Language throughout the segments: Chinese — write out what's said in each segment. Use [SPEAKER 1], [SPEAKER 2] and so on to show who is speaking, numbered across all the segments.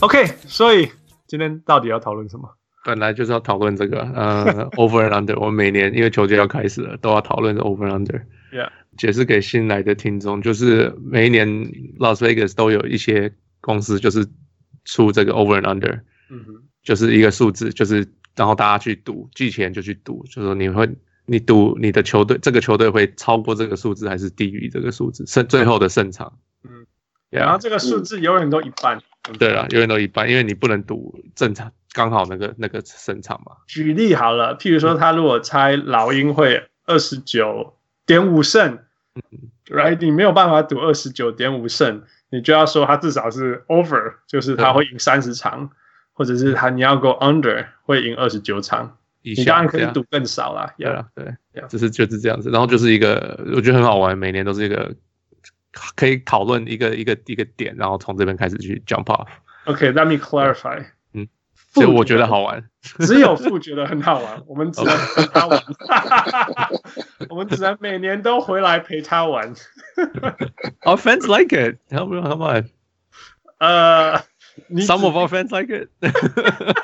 [SPEAKER 1] OK，所以今天到底要讨论什么？
[SPEAKER 2] 本来就是要讨论这个，呃 ，over and under。我每年因为球季要开始了，都要讨论 over and under。
[SPEAKER 1] Yeah.
[SPEAKER 2] 解释给新来的听众，就是每一年 Las Vegas 都有一些公司就是出这个 over and under，
[SPEAKER 1] 嗯哼，
[SPEAKER 2] 就是一个数字，就是然后大家去赌，季前就去赌，就说你会你赌你的球队这个球队会超过这个数字还是低于这个数字，胜最后的胜场。
[SPEAKER 1] 嗯然后
[SPEAKER 2] ，Yeah，嗯
[SPEAKER 1] 这个数字永远都一半。
[SPEAKER 2] 对啊了，永远都一半，因为你不能赌正常刚好那个那个胜场嘛。
[SPEAKER 1] 举例好了，譬如说他如果猜老鹰会二十九点五胜，right，你没有办法赌二十九点五胜，你就要说他至少是 over，就是他会赢三十场，或者是他你要 go under 会赢二十九场，
[SPEAKER 2] 以
[SPEAKER 1] 你当
[SPEAKER 2] 下啊
[SPEAKER 1] 然可
[SPEAKER 2] 这
[SPEAKER 1] 以
[SPEAKER 2] 样
[SPEAKER 1] 赌更少啦。
[SPEAKER 2] 对
[SPEAKER 1] Yeah，
[SPEAKER 2] 啊，对
[SPEAKER 1] Yeah，
[SPEAKER 2] 只是就是这样子。然后就是一个，我觉得很好玩，每年都是一个可以讨论一个一个一个点，然后从这边开始去 jump off。
[SPEAKER 1] OK，let、me clarify。
[SPEAKER 2] 嗯，
[SPEAKER 1] 负
[SPEAKER 2] 所以
[SPEAKER 1] 觉
[SPEAKER 2] 我觉得好玩。
[SPEAKER 1] 只有副觉得很好玩，我们只能陪他玩，我们只能每年都回来陪他玩。
[SPEAKER 2] Our fans like it. Come on, come on.
[SPEAKER 1] 呃，你
[SPEAKER 2] Some of our fans like it.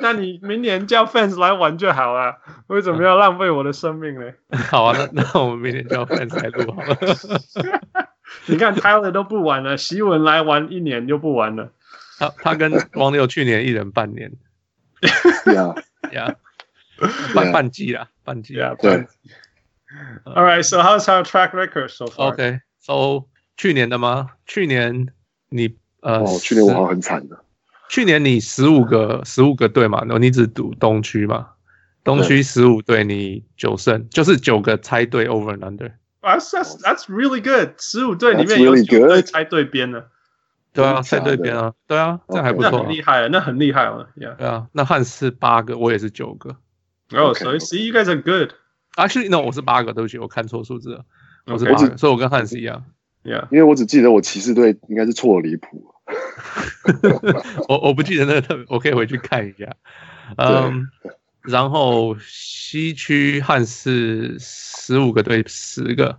[SPEAKER 1] 那你明年叫 fans 来玩就好了，为什么要浪费我的生命 呢？
[SPEAKER 2] 好啊，那那我们明天叫 fans 来录好了。
[SPEAKER 1] 你看 Tyler 都不玩了，席文来玩一年就不玩了。
[SPEAKER 2] 他他跟王六去年一人半年
[SPEAKER 3] Yeah.
[SPEAKER 2] 呀，半半季啦，半季。
[SPEAKER 1] Yeah.
[SPEAKER 3] 对
[SPEAKER 1] All right. So how's our track record so far?
[SPEAKER 2] OK，so 去年的吗？去年你
[SPEAKER 1] 啊
[SPEAKER 2] 呃，
[SPEAKER 3] 哦，去年我好像很惨的。
[SPEAKER 2] 去年你十五个十五个队嘛，然后你只赌东区嘛，东区十五队你九胜，就是九个猜对 over and under。
[SPEAKER 1] That's that's that's really good. 十五队里
[SPEAKER 3] That's
[SPEAKER 1] 面有
[SPEAKER 3] really
[SPEAKER 1] 九队
[SPEAKER 3] good.
[SPEAKER 1] 猜对边了，
[SPEAKER 2] 对啊，猜
[SPEAKER 3] 真的
[SPEAKER 2] 对
[SPEAKER 3] 假的哦
[SPEAKER 2] 边啊，对啊，这样还不
[SPEAKER 1] 那
[SPEAKER 2] 错、
[SPEAKER 1] 很
[SPEAKER 2] 啊。
[SPEAKER 1] 厉害了，那很厉害了。Yeah.
[SPEAKER 2] 对啊，那汉是八个，我也是九个。
[SPEAKER 1] Oh,
[SPEAKER 3] Okay.
[SPEAKER 1] so you see, you guys are good.
[SPEAKER 2] Actually，no，我是八个，对不起，我看错数字了，我是
[SPEAKER 1] Okay.
[SPEAKER 2] 八个，所以我跟汉是一样。
[SPEAKER 1] Yeah.
[SPEAKER 3] 因为我只记得我骑士队应该是错的离谱。啊
[SPEAKER 2] 我我不记得那个特别，我可以回去看一下。嗯，然后西区汉是十五个队十个，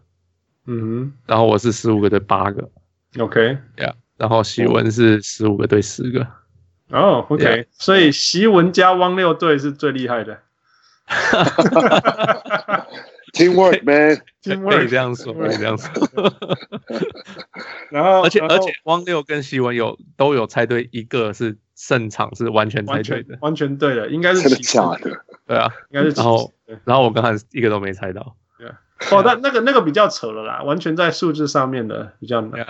[SPEAKER 1] 嗯
[SPEAKER 2] 然后我是十五个队八个。
[SPEAKER 1] 哼，OK.
[SPEAKER 2] 呀，然后喜文是十五个对十个，
[SPEAKER 1] 哦、o k 所以席文加汪六队是最厉害的。
[SPEAKER 3] Teamwork man，
[SPEAKER 2] 可以这
[SPEAKER 1] Teamwork，
[SPEAKER 2] 样说，可以这样说。
[SPEAKER 1] 然后
[SPEAKER 2] 而且
[SPEAKER 1] 然后
[SPEAKER 2] 而且，汪六跟喜文有都有猜对，一个是胜场是完全猜
[SPEAKER 1] 完
[SPEAKER 2] 对
[SPEAKER 1] 全
[SPEAKER 2] 的，
[SPEAKER 1] 完全对了，应该是
[SPEAKER 3] 真的
[SPEAKER 1] 骑士
[SPEAKER 3] 假的？
[SPEAKER 2] 对啊。
[SPEAKER 1] 应该是骑士
[SPEAKER 2] 然后
[SPEAKER 1] 对
[SPEAKER 2] 然后我跟汉斯一个都没猜到，
[SPEAKER 1] 哦，但那个那个比较扯了啦，完全在数字上面的比较难。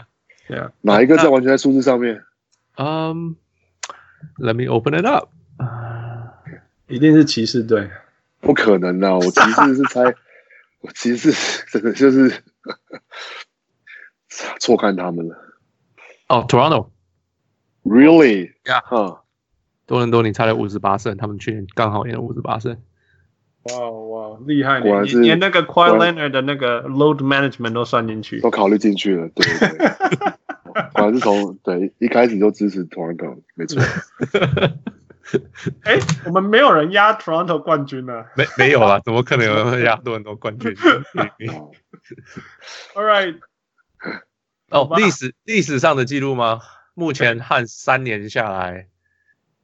[SPEAKER 3] 哪一个在完全在数字上面？
[SPEAKER 2] 嗯、l e t me open it up。
[SPEAKER 1] 一定是骑士队，
[SPEAKER 3] 不可能啊！我骑士是猜，我骑士是真的就是 错看他们了。
[SPEAKER 2] 哦、t o r o n t o
[SPEAKER 3] Really？啊
[SPEAKER 2] Yeah
[SPEAKER 3] 哈，
[SPEAKER 2] 多伦多你猜了五十八胜，他们去年刚好赢了五十八胜。
[SPEAKER 1] 哇哇，厉害
[SPEAKER 3] 果
[SPEAKER 1] 呢！
[SPEAKER 3] 然
[SPEAKER 1] 你
[SPEAKER 3] 是
[SPEAKER 1] 连那个 q u i
[SPEAKER 3] 果
[SPEAKER 1] l a n
[SPEAKER 3] 然 Oh
[SPEAKER 1] e r 的那个 load management 都算进去
[SPEAKER 3] 都。考虑进去了。对对对， 果然是从对一开始就支持 Toronto，没错。
[SPEAKER 1] 哎，我们没有人压 Toronto 冠军啊呢、
[SPEAKER 2] 没没有啦，怎么可能有人会压多伦多冠 军？
[SPEAKER 3] 哦
[SPEAKER 1] All right，
[SPEAKER 2] 哦
[SPEAKER 1] 吧，
[SPEAKER 2] 历史历史上的记录吗？目前和三年下来，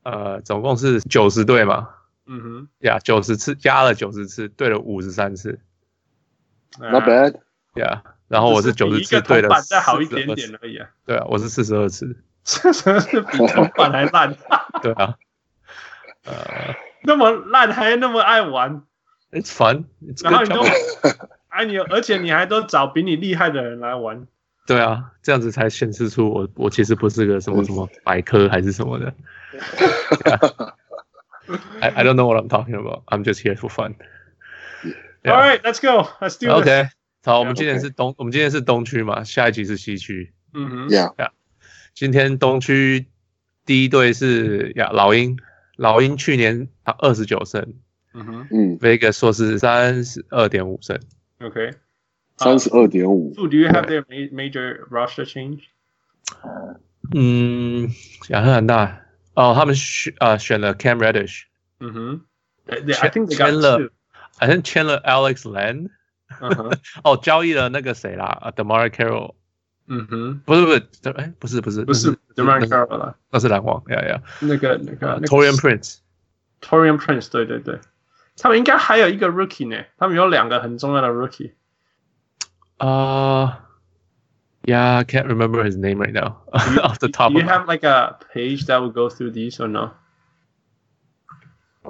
[SPEAKER 2] 呃，总共是九十队嘛，
[SPEAKER 1] 嗯哼
[SPEAKER 2] 呀，九十次压了九十次，对了五十三次，
[SPEAKER 3] Not
[SPEAKER 1] 啊
[SPEAKER 3] bad。
[SPEAKER 2] 呀，然后我是
[SPEAKER 1] 只
[SPEAKER 2] 九
[SPEAKER 1] 比
[SPEAKER 2] 十
[SPEAKER 1] 一个
[SPEAKER 2] 次对
[SPEAKER 1] 铜
[SPEAKER 2] 了
[SPEAKER 1] 板
[SPEAKER 2] 42
[SPEAKER 1] 再好一点点
[SPEAKER 2] 次，
[SPEAKER 1] 而已、啊，
[SPEAKER 2] 对啊，我是四十二次，
[SPEAKER 1] 这真是比铜板还烂，
[SPEAKER 2] 对啊，呃
[SPEAKER 1] 那么烂还那么爱玩，
[SPEAKER 2] ，It's fun, it's
[SPEAKER 1] 然后你
[SPEAKER 2] good
[SPEAKER 1] 都
[SPEAKER 2] job，
[SPEAKER 1] 哎你，而且你还都找比你厉害的人来玩。
[SPEAKER 2] 对啊，这样子才显示出我我其实不是个什么什么百科还是什么的，I I don't know what I'm talking about, I'm just here for fun. Yeah.
[SPEAKER 1] All right, let's go, let's do this.
[SPEAKER 2] OK，好，
[SPEAKER 1] Yeah，
[SPEAKER 2] 我们今天
[SPEAKER 3] OK
[SPEAKER 2] 是东，我们今天是东区嘛，下一集是西区。
[SPEAKER 1] 嗯哼
[SPEAKER 3] Yeah，
[SPEAKER 2] 今天东区第一队是呀老鹰，老鹰去年他二十九胜
[SPEAKER 1] 嗯哼
[SPEAKER 3] 嗯，
[SPEAKER 2] ，Vegas 说是三十二点五胜。
[SPEAKER 1] ，OK。
[SPEAKER 3] 三十二点五。
[SPEAKER 1] So Uh, do you have their ma- major roster change?
[SPEAKER 2] 嗯，亚特兰大哦，他们选呃选了 Cam Reddish，好
[SPEAKER 1] Mm-hmm. I think they got
[SPEAKER 2] Chandler-
[SPEAKER 1] two.
[SPEAKER 2] 像签了 Alex Len，
[SPEAKER 1] Uh-huh.
[SPEAKER 2] 哦交易了那个谁啦，Demar 啊 Carroll
[SPEAKER 1] 嗯哼，
[SPEAKER 2] 不是不是，哎，不是不是
[SPEAKER 1] 不是 d e m a n c a r o 了，
[SPEAKER 2] 那是篮网呀呀
[SPEAKER 1] 那个啊那个那
[SPEAKER 2] ，Torian
[SPEAKER 1] 个
[SPEAKER 2] Mm-hmm. Prince，
[SPEAKER 1] Torian Prince，对对对，他们应该还有一个 Rookie 呢，他们有两个很重要的 Rookie。
[SPEAKER 2] 啊，Yeah, I can't remember his name right now off the top.
[SPEAKER 1] Do
[SPEAKER 2] of
[SPEAKER 1] you
[SPEAKER 2] my-
[SPEAKER 1] have like a page that would go through these or no?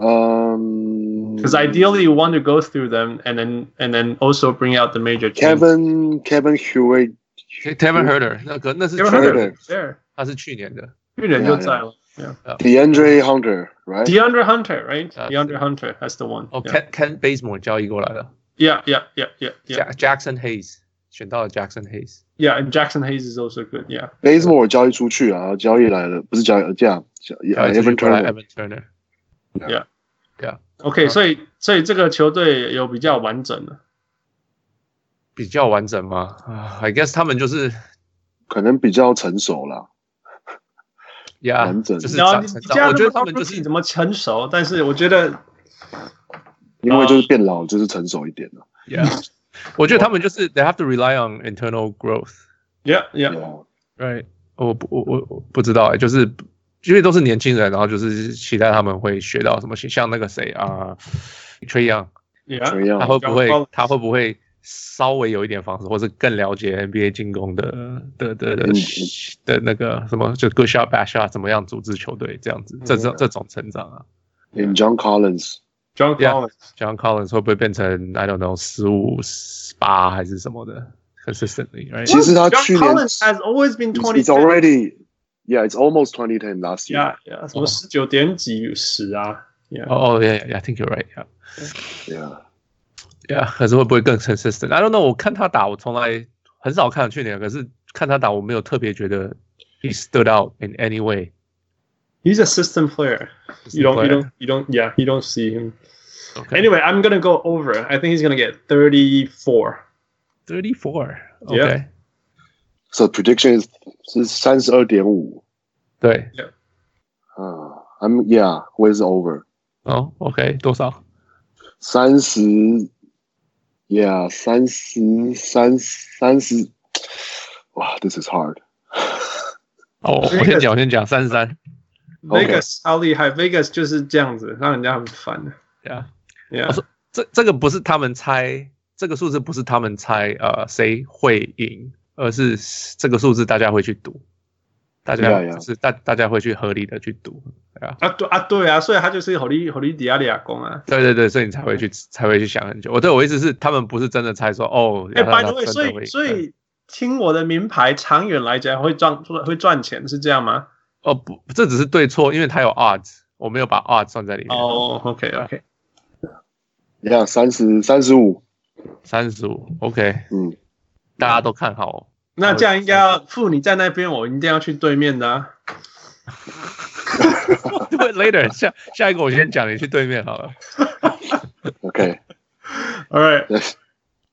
[SPEAKER 3] Um,
[SPEAKER 1] Because ideally, you want to go through them and then and then also bring out the major changes.
[SPEAKER 3] Kevin Kevin Hewitt
[SPEAKER 2] Kevin Herter 那个那是去
[SPEAKER 1] Kevin
[SPEAKER 2] 年
[SPEAKER 1] Herter
[SPEAKER 2] 的，
[SPEAKER 3] Herter
[SPEAKER 1] there,
[SPEAKER 2] 他是去年的。
[SPEAKER 1] DeAndre
[SPEAKER 3] DeAndre Hunter right
[SPEAKER 1] Hunter, right?
[SPEAKER 2] That's
[SPEAKER 1] DeAndre
[SPEAKER 2] it.
[SPEAKER 1] Hunter, that's the one.
[SPEAKER 2] 哦
[SPEAKER 1] yeah.
[SPEAKER 2] Oh, ，Ken Ken Bazemore 交易过来了
[SPEAKER 1] yeah, yeah, yeah, yeah, yeah.
[SPEAKER 2] ，Ja Jackson Hayes 选到了 Jackson Hayes。
[SPEAKER 1] Yeah, and Jackson Hayes is also good. Yeah,
[SPEAKER 3] Baseball 交易出去啊，然后交易来了，不是交易这样，交易
[SPEAKER 2] 交易
[SPEAKER 3] Evan
[SPEAKER 2] 过来
[SPEAKER 3] Turner
[SPEAKER 2] Evan Turner。
[SPEAKER 1] Yeah.
[SPEAKER 2] Yeah，
[SPEAKER 1] OK，、
[SPEAKER 2] 嗯
[SPEAKER 1] 所以所以这个球队有比较完整的，
[SPEAKER 2] 比较完整吗？啊，I guess 他们就是
[SPEAKER 3] 可能比较成熟啦。
[SPEAKER 2] 呀，
[SPEAKER 3] 完整
[SPEAKER 2] 就是
[SPEAKER 1] 然后
[SPEAKER 2] 长
[SPEAKER 1] 你
[SPEAKER 2] 成
[SPEAKER 1] 加
[SPEAKER 2] 长。
[SPEAKER 1] 入
[SPEAKER 2] 我觉得
[SPEAKER 1] Brook
[SPEAKER 2] 他们就是
[SPEAKER 1] Lopez 怎么成熟，但是我觉得
[SPEAKER 3] 因为就是变老，就是成熟一点了。
[SPEAKER 2] ，Yeah，我 觉得他们就是 they have to rely on internal growth。
[SPEAKER 1] ，Yeah Yeah，
[SPEAKER 2] Right，我哦不我我我不知道哎、就是因为都是年轻人，然后就是期待他们会学到什么，像那个谁啊，崔杨，
[SPEAKER 3] 怎
[SPEAKER 1] Yeah，
[SPEAKER 3] 么样
[SPEAKER 2] 他？会不
[SPEAKER 1] 讲
[SPEAKER 2] 会
[SPEAKER 1] 到
[SPEAKER 2] 他会不会稍微有一点防守，或者更了解 NBA 进攻的的的的
[SPEAKER 3] 嗯
[SPEAKER 2] 的那个什么，就 good shot bad shot 怎么样组织球队这样子，
[SPEAKER 3] 嗯
[SPEAKER 2] 这种这种成长啊
[SPEAKER 3] In John Collins，
[SPEAKER 1] John
[SPEAKER 2] Yeah
[SPEAKER 1] Collins，
[SPEAKER 2] ，John Collins 会不会变成 I don't know 十五十八还是什么的，consistently right？
[SPEAKER 3] 其实他
[SPEAKER 1] John
[SPEAKER 3] 去年
[SPEAKER 1] Collins has always been twenty
[SPEAKER 3] it's already yeah it's almost 2010 last year.
[SPEAKER 1] Yeah Yeah，什么十九点几十啊，Yeah
[SPEAKER 2] 哦哦，yeah，I think you're right，yeah。
[SPEAKER 3] Yeah，
[SPEAKER 2] Yeah，可是会不会更 consistent？I don't know。我看他打，我从来很少看去年，可是看他打，我没有特别觉得 he stood out in any way。
[SPEAKER 1] He's a system player. You don't, you don't, you don't. Yeah, you don't see him. Anyway, I'm gonna go over. I think he's gonna get 34.
[SPEAKER 2] thirty four。
[SPEAKER 1] Yeah.
[SPEAKER 2] OK，
[SPEAKER 3] so prediction is 是三十二点五
[SPEAKER 2] 对，
[SPEAKER 3] 啊，I'm Ah, yeah 我也是 over
[SPEAKER 2] 哦，OK，多少？
[SPEAKER 3] 三十，yeah 三十三三十，哇，this is hard。
[SPEAKER 2] 哦，我
[SPEAKER 1] 那个
[SPEAKER 2] 先讲，我先讲三十三。
[SPEAKER 3] Okay.
[SPEAKER 1] Vegas 超厉害，Vegas 就是这样子，让人家很烦。
[SPEAKER 2] Yeah，
[SPEAKER 1] Yeah，、
[SPEAKER 2] 我说这这个不是他们猜，这个数字不是他们猜，呃，谁会赢，而是这个数字大家会去赌，大家
[SPEAKER 3] Yeah, yeah.
[SPEAKER 2] 就是大大家会去合理的去赌。对啊。
[SPEAKER 1] 啊对啊对啊，所以他就是侯利侯利迪亚利亚公啊。
[SPEAKER 2] 对对对，所以你才会去才会去想很久。我对我意思是，他们不是真的猜说哦，
[SPEAKER 1] 哎、
[SPEAKER 2] 原来
[SPEAKER 1] b y
[SPEAKER 2] 他
[SPEAKER 1] the way，
[SPEAKER 2] 真
[SPEAKER 1] 所
[SPEAKER 2] 的会
[SPEAKER 1] 以
[SPEAKER 2] 赢
[SPEAKER 1] 所以听我的名牌，长远来讲会赚会赚钱是这样吗？
[SPEAKER 2] 哦不，这只是对错，因为他有 odds，我没有把 odds 算在里面。
[SPEAKER 1] 哦、o k OK，
[SPEAKER 3] Yeah，三十三十五，
[SPEAKER 2] 三十五，OK，
[SPEAKER 3] 嗯，
[SPEAKER 2] 大家都看好哦
[SPEAKER 1] 那这样应该要付你在那边，我一定要去对面的、啊。
[SPEAKER 2] 哦。 对，later 下下一个我先讲，你去对面好了。
[SPEAKER 3] OK，
[SPEAKER 1] All right，
[SPEAKER 3] 对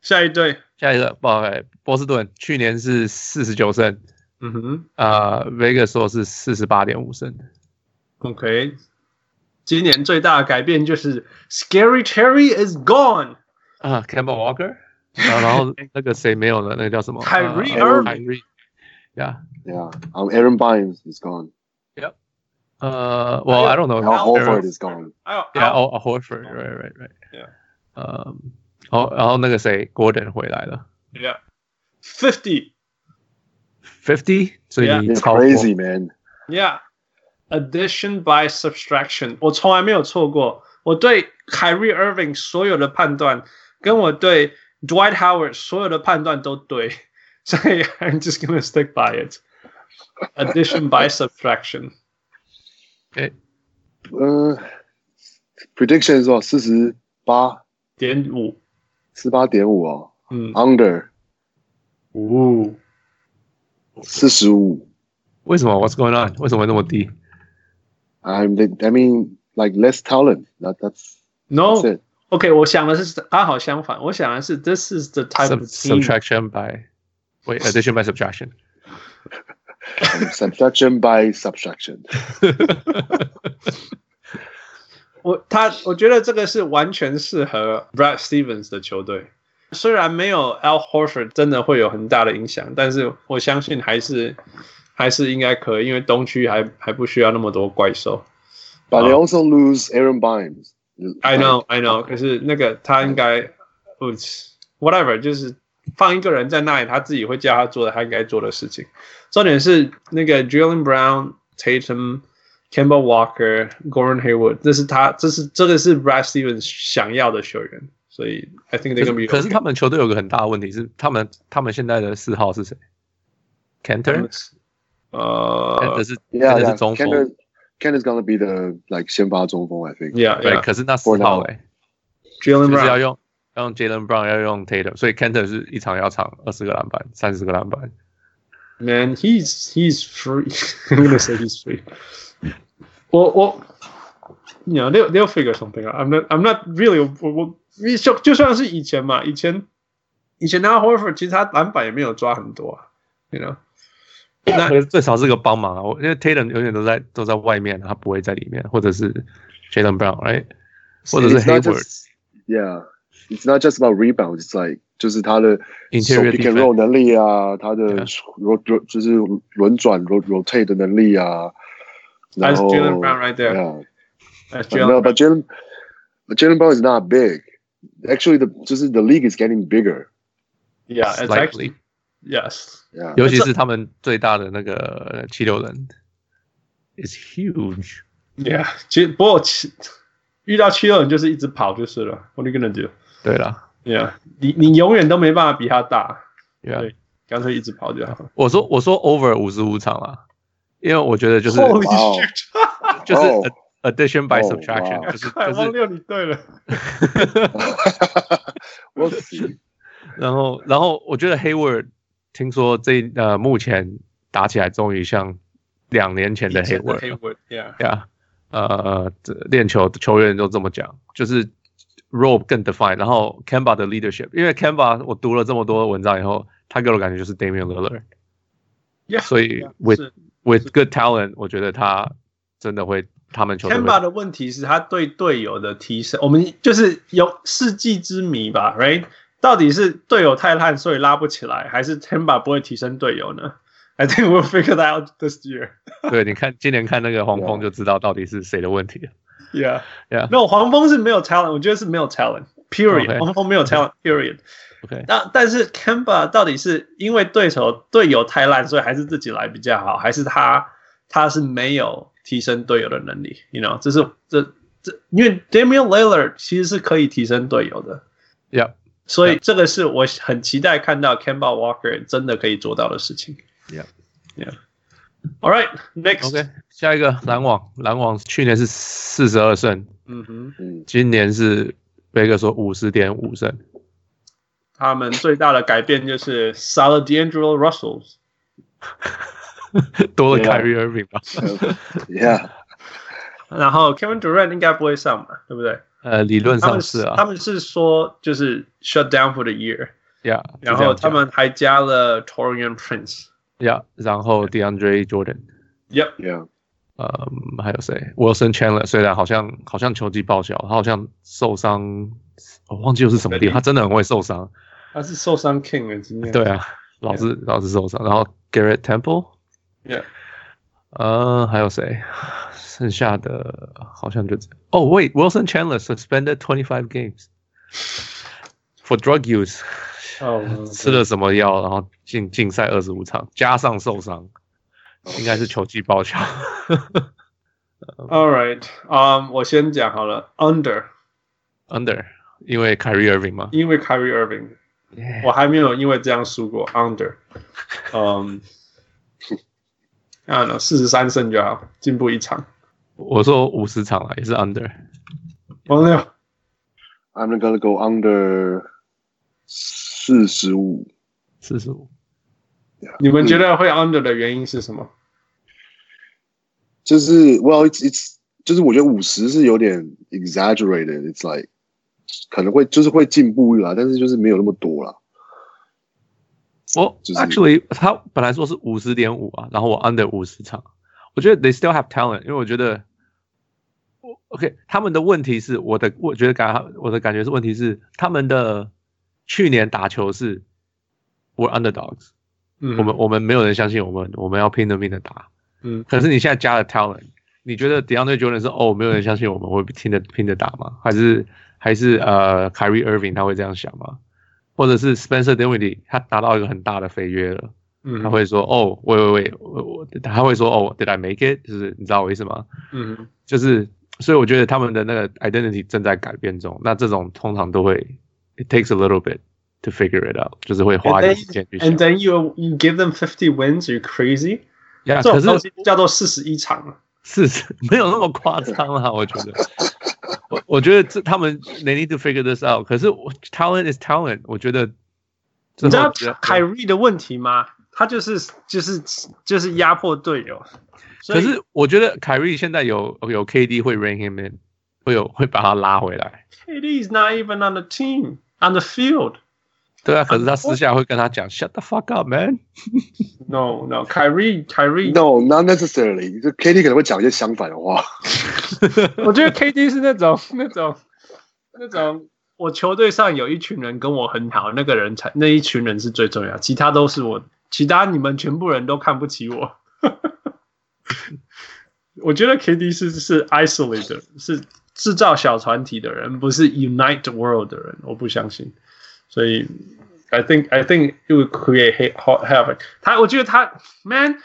[SPEAKER 1] 下一队，
[SPEAKER 2] 下一个，不好意思，波士顿去年是四十九胜，
[SPEAKER 1] 嗯哼
[SPEAKER 2] 啊、v e g a s 说是四十八点五胜。
[SPEAKER 1] ，OK。今年最大的改变就是 Scary Terry is gone，
[SPEAKER 2] 啊，Campbell Walker，啊 然后那个谁没有了，那个叫什么？
[SPEAKER 1] 凯
[SPEAKER 2] 啊
[SPEAKER 1] 瑞
[SPEAKER 3] 尔
[SPEAKER 2] 凯瑞，呀，
[SPEAKER 3] Yeah，I'm Um, Aaron Bynes is gone，
[SPEAKER 2] 呃，Well I don't
[SPEAKER 1] Oh,
[SPEAKER 2] know，
[SPEAKER 3] 然后
[SPEAKER 2] Aaron-
[SPEAKER 3] Horford is gone，
[SPEAKER 1] 还有
[SPEAKER 2] Yeah,
[SPEAKER 1] Al-
[SPEAKER 2] oh, oh, Horford, right, right, right.
[SPEAKER 1] Yeah.
[SPEAKER 2] 嗯，然后然后那个谁，Gordon 回来了
[SPEAKER 1] yeah fifty
[SPEAKER 2] ，fifty，所以
[SPEAKER 1] Yeah.
[SPEAKER 2] 你
[SPEAKER 3] It's
[SPEAKER 2] 超过
[SPEAKER 3] crazy man。
[SPEAKER 1] yeah addition by subtraction，我从来没有错过。我对 Kyrie Irving 所有的判断，跟我对 Dwight Howard 所有的判断都对， 所以 I'm just gonna stick by it. Addition by subtraction，
[SPEAKER 3] 嗯，prediction 是吧？四十八，
[SPEAKER 1] 点五，
[SPEAKER 3] 四八点五哦
[SPEAKER 1] 嗯，
[SPEAKER 3] uh, ，under
[SPEAKER 1] 五，
[SPEAKER 3] 四十五。
[SPEAKER 2] 为什么？What's going on？为什么那么低
[SPEAKER 3] I'm the, I mean like less talent. That that's
[SPEAKER 1] No,
[SPEAKER 3] that's it.
[SPEAKER 1] OK，我想的是刚好相反，我想的是 This is the type of
[SPEAKER 2] Sub-
[SPEAKER 1] team
[SPEAKER 2] ？Subtraction by wait addition by subtraction。
[SPEAKER 3] Subtraction by subtraction.
[SPEAKER 1] 我他我觉得这个是完全适合 Brad Stevens 的球队，虽然没有 Al Horford 真的会有很大的影响，但是我相信还是还是应该可以，因为东区还还不需要那么多怪兽。
[SPEAKER 3] But they also lose Aaron Bynes.
[SPEAKER 1] I know, I know，可是那个他应该，呃，whatever，就是放一个人在那里，他自己会叫他做的他应该做的事情。重点是那个 Jalen Brown、Tatum、Kemba Walker、Gordon Hayward，这是他，这是这个是 Brad Stevens 想要的球员，所以 I think they
[SPEAKER 2] 可
[SPEAKER 1] gonna be
[SPEAKER 2] 是
[SPEAKER 1] okay。
[SPEAKER 2] 可是他们球队有个很大的问题是，他们他们现在的四号是谁？Cantor，
[SPEAKER 1] 呃
[SPEAKER 2] 这是
[SPEAKER 3] Yeah,
[SPEAKER 2] 这
[SPEAKER 3] yeah.
[SPEAKER 2] 是中锋，
[SPEAKER 3] Kendrick, Kendrick's gonna be the like 先发中锋，I think.
[SPEAKER 1] ，Yeah,
[SPEAKER 2] 对，
[SPEAKER 1] yeah.
[SPEAKER 2] 可是那四号哎，
[SPEAKER 1] Jalen
[SPEAKER 2] 就是要
[SPEAKER 1] Brown
[SPEAKER 2] 用要用 Jalen Brown，要用 Tatum，所以 Cantor 是一场要场二十个篮板，三十个篮板。
[SPEAKER 1] Man, he's he's free. I'm gonna say he's free. Well, well, you know they'll they'll figure something out. I'm not I'm not really. 我我就就算是以前嘛，以前以前那 Horford 其实他篮板也没有抓很多啊，you know。
[SPEAKER 2] 那可是最少是个帮忙啊，我因为 Tatum 永远都在都在外面，他不会在里面，或者是 Jalen Brown，right？或者是
[SPEAKER 3] It's not
[SPEAKER 2] Hayward
[SPEAKER 3] just yeah, it's not just about rebounds. It's like 就是他的
[SPEAKER 2] interior
[SPEAKER 3] pick and
[SPEAKER 2] defense
[SPEAKER 3] roll 能力啊，他的
[SPEAKER 2] Yeah.
[SPEAKER 3] ro ro 就是轮转 ro rotate 的能力啊，然
[SPEAKER 1] That's
[SPEAKER 3] 后
[SPEAKER 1] Jalen Brown right there.
[SPEAKER 3] Oh, yeah.
[SPEAKER 1] That's
[SPEAKER 3] But no,
[SPEAKER 1] Jalen.
[SPEAKER 3] but Jalen, but Jalen Brown is not big. Actually, the just the league is getting bigger.
[SPEAKER 1] Yeah, it's actually
[SPEAKER 2] slightly，
[SPEAKER 1] yes.
[SPEAKER 3] Yeah,
[SPEAKER 2] 尤其是他们最大的那个七六人，is huge。
[SPEAKER 1] Yeah，其实不过其遇到七六人就是一直跑就是了。What are you gonna do?
[SPEAKER 2] 对啦，
[SPEAKER 1] Yeah，你你永远都没办法比他大，
[SPEAKER 2] 对啊
[SPEAKER 1] 对干脆一直跑就好了。
[SPEAKER 2] 我说我说 over 五十五场啦，因为我觉得就是
[SPEAKER 1] Holy
[SPEAKER 3] Wow
[SPEAKER 1] shit！
[SPEAKER 2] 就是
[SPEAKER 3] Oh.
[SPEAKER 2] addition by
[SPEAKER 3] Oh,
[SPEAKER 2] subtraction，、
[SPEAKER 3] wow.
[SPEAKER 2] 就是
[SPEAKER 1] 快忘
[SPEAKER 2] 就是，
[SPEAKER 1] 掉你对了。
[SPEAKER 3] we'll see.
[SPEAKER 2] 然后然后我觉得 Hayward 听说这呃目前打起来终于像两年前的 Hayward 了
[SPEAKER 1] yeah.
[SPEAKER 2] 对啊，呃，这练球球员都这么讲，就是 role 更 define，然后 Canva 的 leadership，因为 Canva 我读了这么多文章以后，他给我感觉就是 Damian Lillard，
[SPEAKER 1] Yeah,
[SPEAKER 2] 所以 with with good talent，我觉得他真的会他们球队
[SPEAKER 1] k e
[SPEAKER 2] 会
[SPEAKER 1] m b a 的问题是他对队友的提升，我们就是有世纪之谜吧，right？到底是队友太烂所以拉不起来，还是 k e m b a 不会提升队友呢？I think we'll figure that out this year.
[SPEAKER 2] 对，你看今年看那个黄蜂
[SPEAKER 3] Yeah.
[SPEAKER 2] 就知道到底是谁的问题了。
[SPEAKER 1] Yeah,
[SPEAKER 2] Yeah.
[SPEAKER 1] 没有黄蜂是没有 talent，我觉得是没有 talent。Period，、
[SPEAKER 2] Okay.
[SPEAKER 1] 黄蜂没有 talent。Period。
[SPEAKER 2] OK，
[SPEAKER 1] 那但是 Kemba 到底是因为对手队友太烂，所以还是自己来比较好，还是他他是没有提升队友的能力？You know，这是这这，因为 Damian Lillard 其实是可以提升队友的，
[SPEAKER 2] Yeah，
[SPEAKER 1] 所以这个是我很期待看到 Kemba Walker 真的可以做到的事情。
[SPEAKER 2] Yeah.
[SPEAKER 1] Yeah. All right, next.
[SPEAKER 2] OK，下一个篮网，篮网去年是四十二胜，
[SPEAKER 1] 嗯哼，
[SPEAKER 3] 嗯
[SPEAKER 2] 今年是贝克说五十点五胜。
[SPEAKER 1] 他们最大的改变就是 Solid D'Angelo Russell。
[SPEAKER 2] 多了
[SPEAKER 3] Yeah.
[SPEAKER 2] Kyrie Irving 吧？
[SPEAKER 3] yeah,
[SPEAKER 1] 然后 Kevin Durant 应该不会上嘛，对不对？
[SPEAKER 2] 呃，理论
[SPEAKER 1] 他
[SPEAKER 2] 上
[SPEAKER 1] 们
[SPEAKER 2] 是
[SPEAKER 1] 他
[SPEAKER 2] 啊
[SPEAKER 1] 们是说就是 shut down for the year，
[SPEAKER 2] ，Yeah，
[SPEAKER 1] 然
[SPEAKER 2] 是这
[SPEAKER 1] 后
[SPEAKER 2] 样
[SPEAKER 1] 他
[SPEAKER 2] 讲
[SPEAKER 1] 们还加了 Torian Prince。
[SPEAKER 2] ，Yeah，然后 DeAndre Jordan，
[SPEAKER 1] Yep，
[SPEAKER 3] yeah.
[SPEAKER 2] 呃，还有谁？Wilson Chandler，虽然好像好像球技报销，他好像受伤，我忘记又是什么地方，他真的很会受伤。
[SPEAKER 1] 他是受伤 King 的经验。
[SPEAKER 2] 对啊，老是老是受伤。然后 Garrett Temple，
[SPEAKER 1] ，Yeah，
[SPEAKER 2] 呃，还有谁？剩下的好像就这样哦、w a i t w i l s o n Chandler suspended twenty five games for drug use，
[SPEAKER 1] 哦，
[SPEAKER 2] 吃了什么药，然后禁禁赛二十五场，加上受伤，应该是球技报销。
[SPEAKER 1] All right，嗯，我先讲好了，Under，
[SPEAKER 2] Under，因为 Kyrie Irving 嘛。
[SPEAKER 1] 因为 Kyrie Irving，
[SPEAKER 2] Yeah
[SPEAKER 1] 我还没有因为这样输过 Under，嗯， 啊，四十三胜就好，进步一场，
[SPEAKER 2] 我说五十场了，也是 Under。
[SPEAKER 1] 王六
[SPEAKER 3] I'm gonna go under 四十五。
[SPEAKER 2] 四十五，
[SPEAKER 1] 你们觉得会 Under 的原因是什么？
[SPEAKER 3] 就是 well it's it's 就是我觉得五十是有点 exaggerated，it's like 可能会就是会进步啦，但是就是没有那么多啦。
[SPEAKER 2] 我
[SPEAKER 3] 就是
[SPEAKER 2] actually 他本来说是五十点五啊，然后我 under 五十场，我觉得 they still have talent，因为我觉得我 OK 他们的问题是我的，我觉得感我的感觉是问题是他们的去年打球是 we're underdogs，、
[SPEAKER 1] 嗯
[SPEAKER 2] 我们我们没有人相信我们，我们要拼了命的打。
[SPEAKER 1] 嗯，
[SPEAKER 2] 可是你现在加了 talent，你觉得 DeAndre Jordan 是哦，没有人相信我们会拼的拼的打吗？还是还是呃 Kyrie Irving 他会这样想吗？或者是 Spencer Dinwiddie 他达到一个很大的飞跃了，
[SPEAKER 1] 嗯
[SPEAKER 2] 他会说哦，喂喂喂，我我他会说哦，Did I make it？就是你知道我意思吗？
[SPEAKER 1] 嗯
[SPEAKER 2] 就是所以我觉得他们的那个 identity 正在改变中。那这种通常都会 it takes a little bit to figure it out，就是会花一点时间去想
[SPEAKER 1] ，and。then you you give them fifty wins，you crazy，
[SPEAKER 2] Yeah，
[SPEAKER 1] 这种
[SPEAKER 2] 可
[SPEAKER 1] 东
[SPEAKER 2] 是
[SPEAKER 1] 西叫做四十一场啊了。
[SPEAKER 2] 事实没有那么夸张啦，我觉得。我我觉得这他们 they need to figure this out。可是我 talent is talent，我觉得
[SPEAKER 1] 你
[SPEAKER 2] 最
[SPEAKER 1] 知
[SPEAKER 2] 后
[SPEAKER 1] 道
[SPEAKER 2] 只要。
[SPEAKER 1] 凯瑞的问题吗？他就是就是就是压迫队友，所
[SPEAKER 2] 可
[SPEAKER 1] 以
[SPEAKER 2] 是我觉得凯瑞现在有有 KD 会 ring him in，会有会把他拉回来。
[SPEAKER 1] KD is not even on the team on the field。
[SPEAKER 2] 对啊，可是他私下会跟他讲 shut the fuck up man。
[SPEAKER 1] No no，凯瑞凯瑞，
[SPEAKER 3] No, not necessarily。就 k d 可能会讲一些相反的话。
[SPEAKER 1] 我觉得 KD 是那种那种那种，我球队上有一群人跟我很好，那个人才那一群人是最重要，其他都是我，其他你们全部人都看不起我。 我觉得 KD 是是 isolate 的人，是制造小团体的人，不是 unite the world 的人，我不相信。所以 I think I think it would create ha- ha- havoc。他我觉得他 man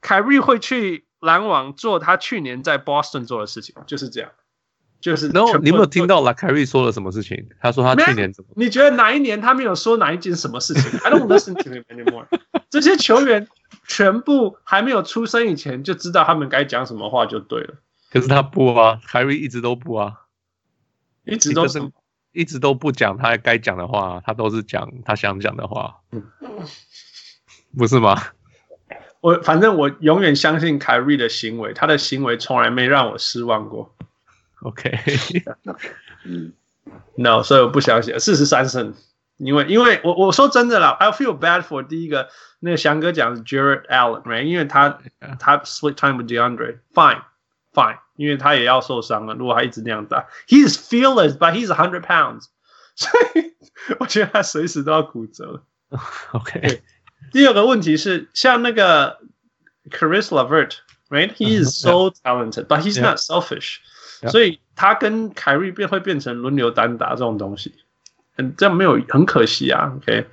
[SPEAKER 1] 凯瑞会去篮网做他去年在 Boston 做的事情，就是这样，就是
[SPEAKER 2] 然后
[SPEAKER 1] 全部
[SPEAKER 2] 你有没有听到啦？凯瑞说了什么事情？他说他去年怎么？
[SPEAKER 1] 你觉得哪一年他没有说哪一件什么事情？I don't listen to him anymore 。这些球员全部还没有出生以前就知道他们该讲什么话就对了，
[SPEAKER 2] 可是他不啊，凯瑞一直都不啊，
[SPEAKER 1] 一直都
[SPEAKER 2] 就是是一直都不讲他该讲的话，他都是讲他想讲的话，
[SPEAKER 1] 嗯
[SPEAKER 2] 不是吗？
[SPEAKER 1] 我，反正我永远相信凯瑞的行为，他的行为从来没让我失望过。
[SPEAKER 2] OK，
[SPEAKER 3] 嗯，
[SPEAKER 1] No，所以我不相信四十三胜，因为因为我我说真的啦，I feel bad for 第一个那个翔哥讲的 Jared Allen，right？因为他
[SPEAKER 2] Yeah.
[SPEAKER 1] 他 split time with DeAndre，fine fine，因为他也要受伤了，如果他一直那样打，he is fearless，but he's a hundred pounds，所以我觉得他随时都要骨折了。
[SPEAKER 2] OK，
[SPEAKER 1] 第二个问题是，像那个 Chris Lavert，right？He is so talented, but he's
[SPEAKER 2] Yeah.
[SPEAKER 1] not selfish.
[SPEAKER 2] Yeah.
[SPEAKER 1] 所以他跟凯瑞变会变成轮流单打这种东西，嗯，这样没有很可惜啊。OK。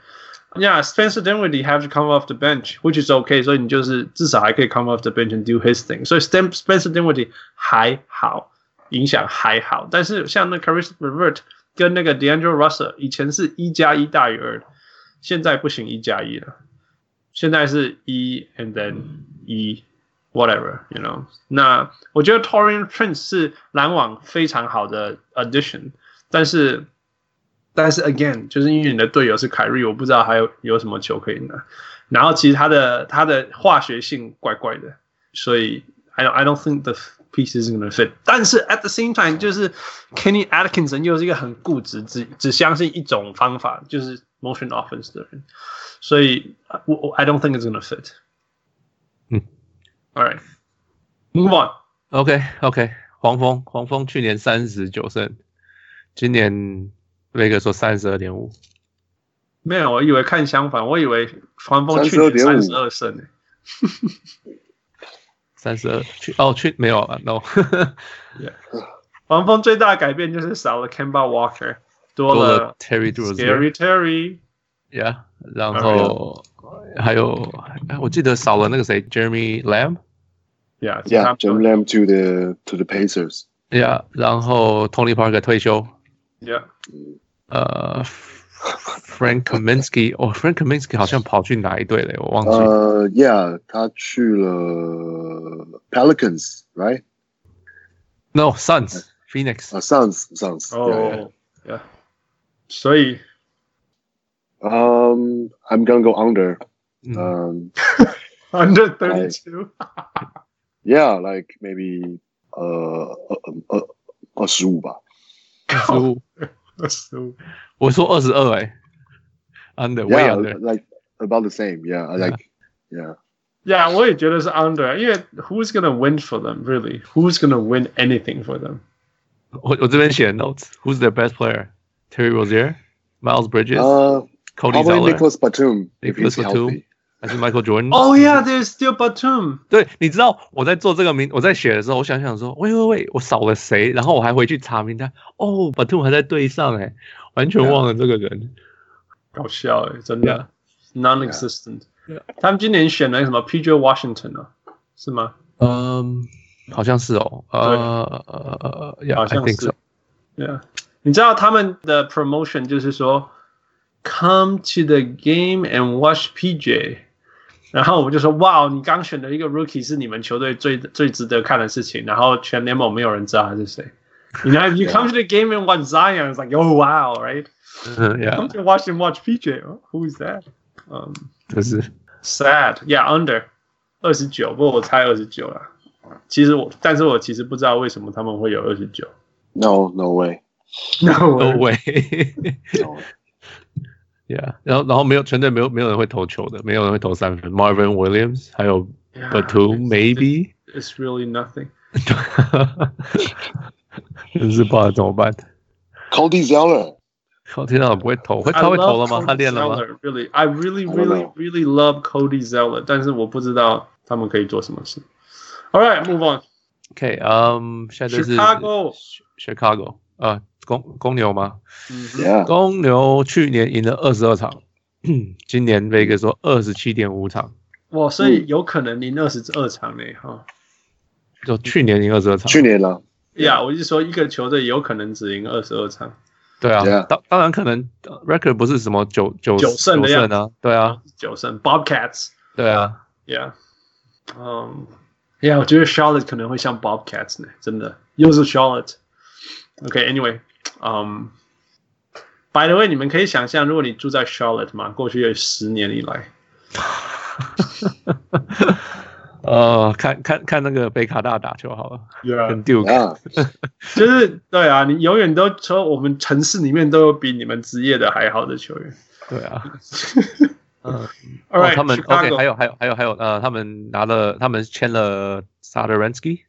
[SPEAKER 1] Yeah, Spencer Dinwiddie have to come off the bench, which is okay. 所以你就是至少还可以 come off the bench and do his thing. 所以 Stem- Spencer Dinwiddie 还好，影响还好。但是像那 Caris Levert 跟那个 D'Angelo Russell 以前是一加一大于二，现在不行一加一了。现在是一 and then 一 whatever you know。那我觉得 Torian Prince 是篮网非常好的 addition，但是但是 again 就是因为你的队友是凯瑞，我不知道还有有什么球可以拿。然后其实他的他的化学性怪怪的，所以 I don't I don't think the piece is gonna fit。但是 at the same time 就是 Kenny Atkinson 又是一个很固执，只只相信一种方法，就是 motion offense 的人。所以呃我我 I don't think it's gonna fit。
[SPEAKER 2] 嗯
[SPEAKER 1] ，All right, move on。
[SPEAKER 2] OK OK，黄蜂黄蜂去年三十九胜，今年那个说三十二点五，
[SPEAKER 1] 没有，我以为看相反，我以为黄蜂去年三
[SPEAKER 3] 32.5
[SPEAKER 1] 十二胜呢、
[SPEAKER 2] 三十二去哦去没有啊 No，
[SPEAKER 1] 黄蜂最大的改变就是少了 Kemba Walker，多
[SPEAKER 2] 多
[SPEAKER 1] 了
[SPEAKER 2] 了 Terry d r u z
[SPEAKER 1] Scary Terry。
[SPEAKER 2] Yeah，然后还有哎我记得少了那个谁 Jeremy Lamb。
[SPEAKER 1] Yeah, 其他没
[SPEAKER 3] Yeah, j o
[SPEAKER 1] 有
[SPEAKER 3] h Lamb to the to the Pacers.
[SPEAKER 2] Yeah，然后 Tony Parker 退休，
[SPEAKER 1] Yeah，
[SPEAKER 2] 呃，Frank Kaminsky，哦，Frank Kaminsky 好像跑去哪一队了，我忘记了。
[SPEAKER 3] 呃、y e a h 他去了 Pelicans, right?
[SPEAKER 2] No Suns Phoenix，
[SPEAKER 3] 啊、s u n s Suns.
[SPEAKER 1] 哦，Yeah，所以
[SPEAKER 3] Um, I'm gonna go under.
[SPEAKER 2] 嗯
[SPEAKER 3] Um,
[SPEAKER 1] under thirty two，
[SPEAKER 3] yeah, like maybe 呃呃呃二十五吧。
[SPEAKER 2] 十五，
[SPEAKER 1] 十五，
[SPEAKER 2] 我说二十二哎，under way
[SPEAKER 3] Yeah,
[SPEAKER 2] under，
[SPEAKER 3] like about the same. Yeah, I like yeah.
[SPEAKER 1] Yeah，我也觉得是 under，因为 Who's gonna win for them really? Who's gonna win anything for them?
[SPEAKER 2] 我我这边写 notes，Who's the best player？Terry Rozier， Miles Bridges,
[SPEAKER 3] Uh,
[SPEAKER 2] Cody
[SPEAKER 3] probably
[SPEAKER 2] Zeller，
[SPEAKER 3] Nicholas Batum if
[SPEAKER 2] Nicholas
[SPEAKER 3] he's
[SPEAKER 2] Batum
[SPEAKER 3] healthy.
[SPEAKER 2] 还是 Michael Jordan？
[SPEAKER 1] Oh yeah, there's still Batum.
[SPEAKER 2] 对，你知道我在做这个名，我在写的时候，我想想说，喂喂喂，我少了谁？然后我还回去查名单，哦，Batum 还在队上哎、完全忘了这个人。
[SPEAKER 1] 搞笑哎、真的 non-existent。
[SPEAKER 2] Yeah.
[SPEAKER 1] 他们今年选了什么 PJ Washington 啊？是吗？
[SPEAKER 2] 嗯，好像是哦，呃呃呃呃，
[SPEAKER 1] 好
[SPEAKER 2] yeah，I
[SPEAKER 1] 像
[SPEAKER 2] think
[SPEAKER 1] 是
[SPEAKER 2] so。
[SPEAKER 1] Yeah，你知道他们的 promotion 就是说，come to the game and watch PJ。然后我们就说，哇，你刚选的一个 rookie 是你们球队最最值得看的事情。然后全联盟没有人知道他是谁。You know, if you come to the game and watch Zion, it's like, oh wow, right? Come
[SPEAKER 2] 嗯，Yeah，
[SPEAKER 1] to watch and watch PJ. Oh, Who is that? Um,
[SPEAKER 2] 就是。
[SPEAKER 1] sad. Yeah, under 二十九，不过我猜二十九啦。其实我，但是我其实不知道为什么他们会有二十九。
[SPEAKER 3] No, no way.
[SPEAKER 1] No
[SPEAKER 2] No way.
[SPEAKER 3] No way.
[SPEAKER 2] yeah，然后然后没有全队没有没有人会投球的，没有人会投三分。Marvin Williams 还有
[SPEAKER 1] Yeah,
[SPEAKER 2] Batum maybe，
[SPEAKER 1] It's really nothing.
[SPEAKER 2] 真是不知道怎么办。
[SPEAKER 3] Cody Zeller.
[SPEAKER 2] 靠，天啊，不会投，会
[SPEAKER 1] I
[SPEAKER 2] 他会
[SPEAKER 1] love
[SPEAKER 2] 投了吗？
[SPEAKER 1] Cody
[SPEAKER 2] 他练了吗？
[SPEAKER 1] Zeller, Really, I really,
[SPEAKER 3] I don't
[SPEAKER 1] really,
[SPEAKER 3] know.
[SPEAKER 1] really love Cody Zeller. 但是我不知道他们可以做什么事。All right, move on.
[SPEAKER 2] OK，嗯、下一队是
[SPEAKER 1] Chicago
[SPEAKER 2] Chicago 啊、公公牛吗？
[SPEAKER 1] 嗯哼
[SPEAKER 3] Yeah.
[SPEAKER 2] 公牛去年赢了二十二场，今年 Vegas 说二十七点五场，
[SPEAKER 1] 哇，所以有可能赢二十二场呢，哈。
[SPEAKER 2] 就去年赢二十二场。
[SPEAKER 3] 去年呢？
[SPEAKER 1] Yeah，我是说一个球队有可能只赢二十二场，
[SPEAKER 2] 对啊
[SPEAKER 3] Yeah
[SPEAKER 2] 当当然可能呃 record 不是什么九九
[SPEAKER 1] 九胜的样子嗯
[SPEAKER 2] 啊，对啊，
[SPEAKER 1] 九胜 Bobcats。
[SPEAKER 2] 对啊，
[SPEAKER 1] Yeah，嗯、y e a h 我觉得 Charlotte 可能会像 Bobcats 呢，真的，又是 Charlotte。OK，Anyway，、嗯、b y the way，你们可以想象，如果你住在 Charlotte 嘛，过去有十年以来，
[SPEAKER 2] 呃，看看看那个北卡大打球好了，
[SPEAKER 1] 嗯
[SPEAKER 2] 跟 Duke，
[SPEAKER 3] 啊，
[SPEAKER 1] 就是对啊，你永远都说我们城市里面都有比你们职业的还好的球员。
[SPEAKER 2] 对啊，嗯，
[SPEAKER 1] All
[SPEAKER 2] 哦
[SPEAKER 1] right，、
[SPEAKER 2] 他们
[SPEAKER 1] Chicago,
[SPEAKER 2] OK，还有还有还有还有呃，他们拿了，他们签了 s a d a r a n s k y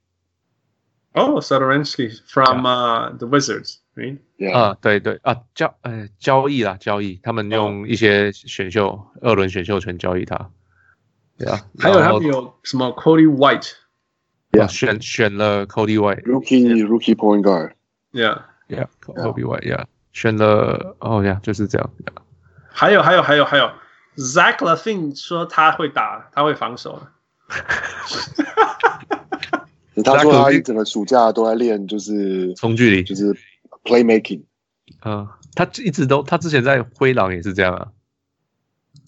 [SPEAKER 1] 哦 s a d a r a n s k y from、uh, the Wizards，right？
[SPEAKER 3] Yeah.
[SPEAKER 2] 啊，对对啊，交呃交易啦，交易，他们用一些选秀二轮选秀权交易他，对啊，
[SPEAKER 1] 还有他
[SPEAKER 2] 然后
[SPEAKER 1] 们有什么 Cody White？Yeah，
[SPEAKER 2] 啊选选了 Cody White。
[SPEAKER 3] Rookie, rookie point guard.
[SPEAKER 2] Yeah, Kobe White. Yeah，选了哦呀，就是这样。
[SPEAKER 1] 还有还有还有还有，Zach Levine 说他会打，他会防守。
[SPEAKER 3] 他
[SPEAKER 2] Zach
[SPEAKER 3] 说他
[SPEAKER 2] Levine
[SPEAKER 3] 一整个暑假都在练，就是
[SPEAKER 2] 从距离
[SPEAKER 3] 就，是 playmaking。
[SPEAKER 2] 嗯，他一直都，他之前在灰狼也是这样啊。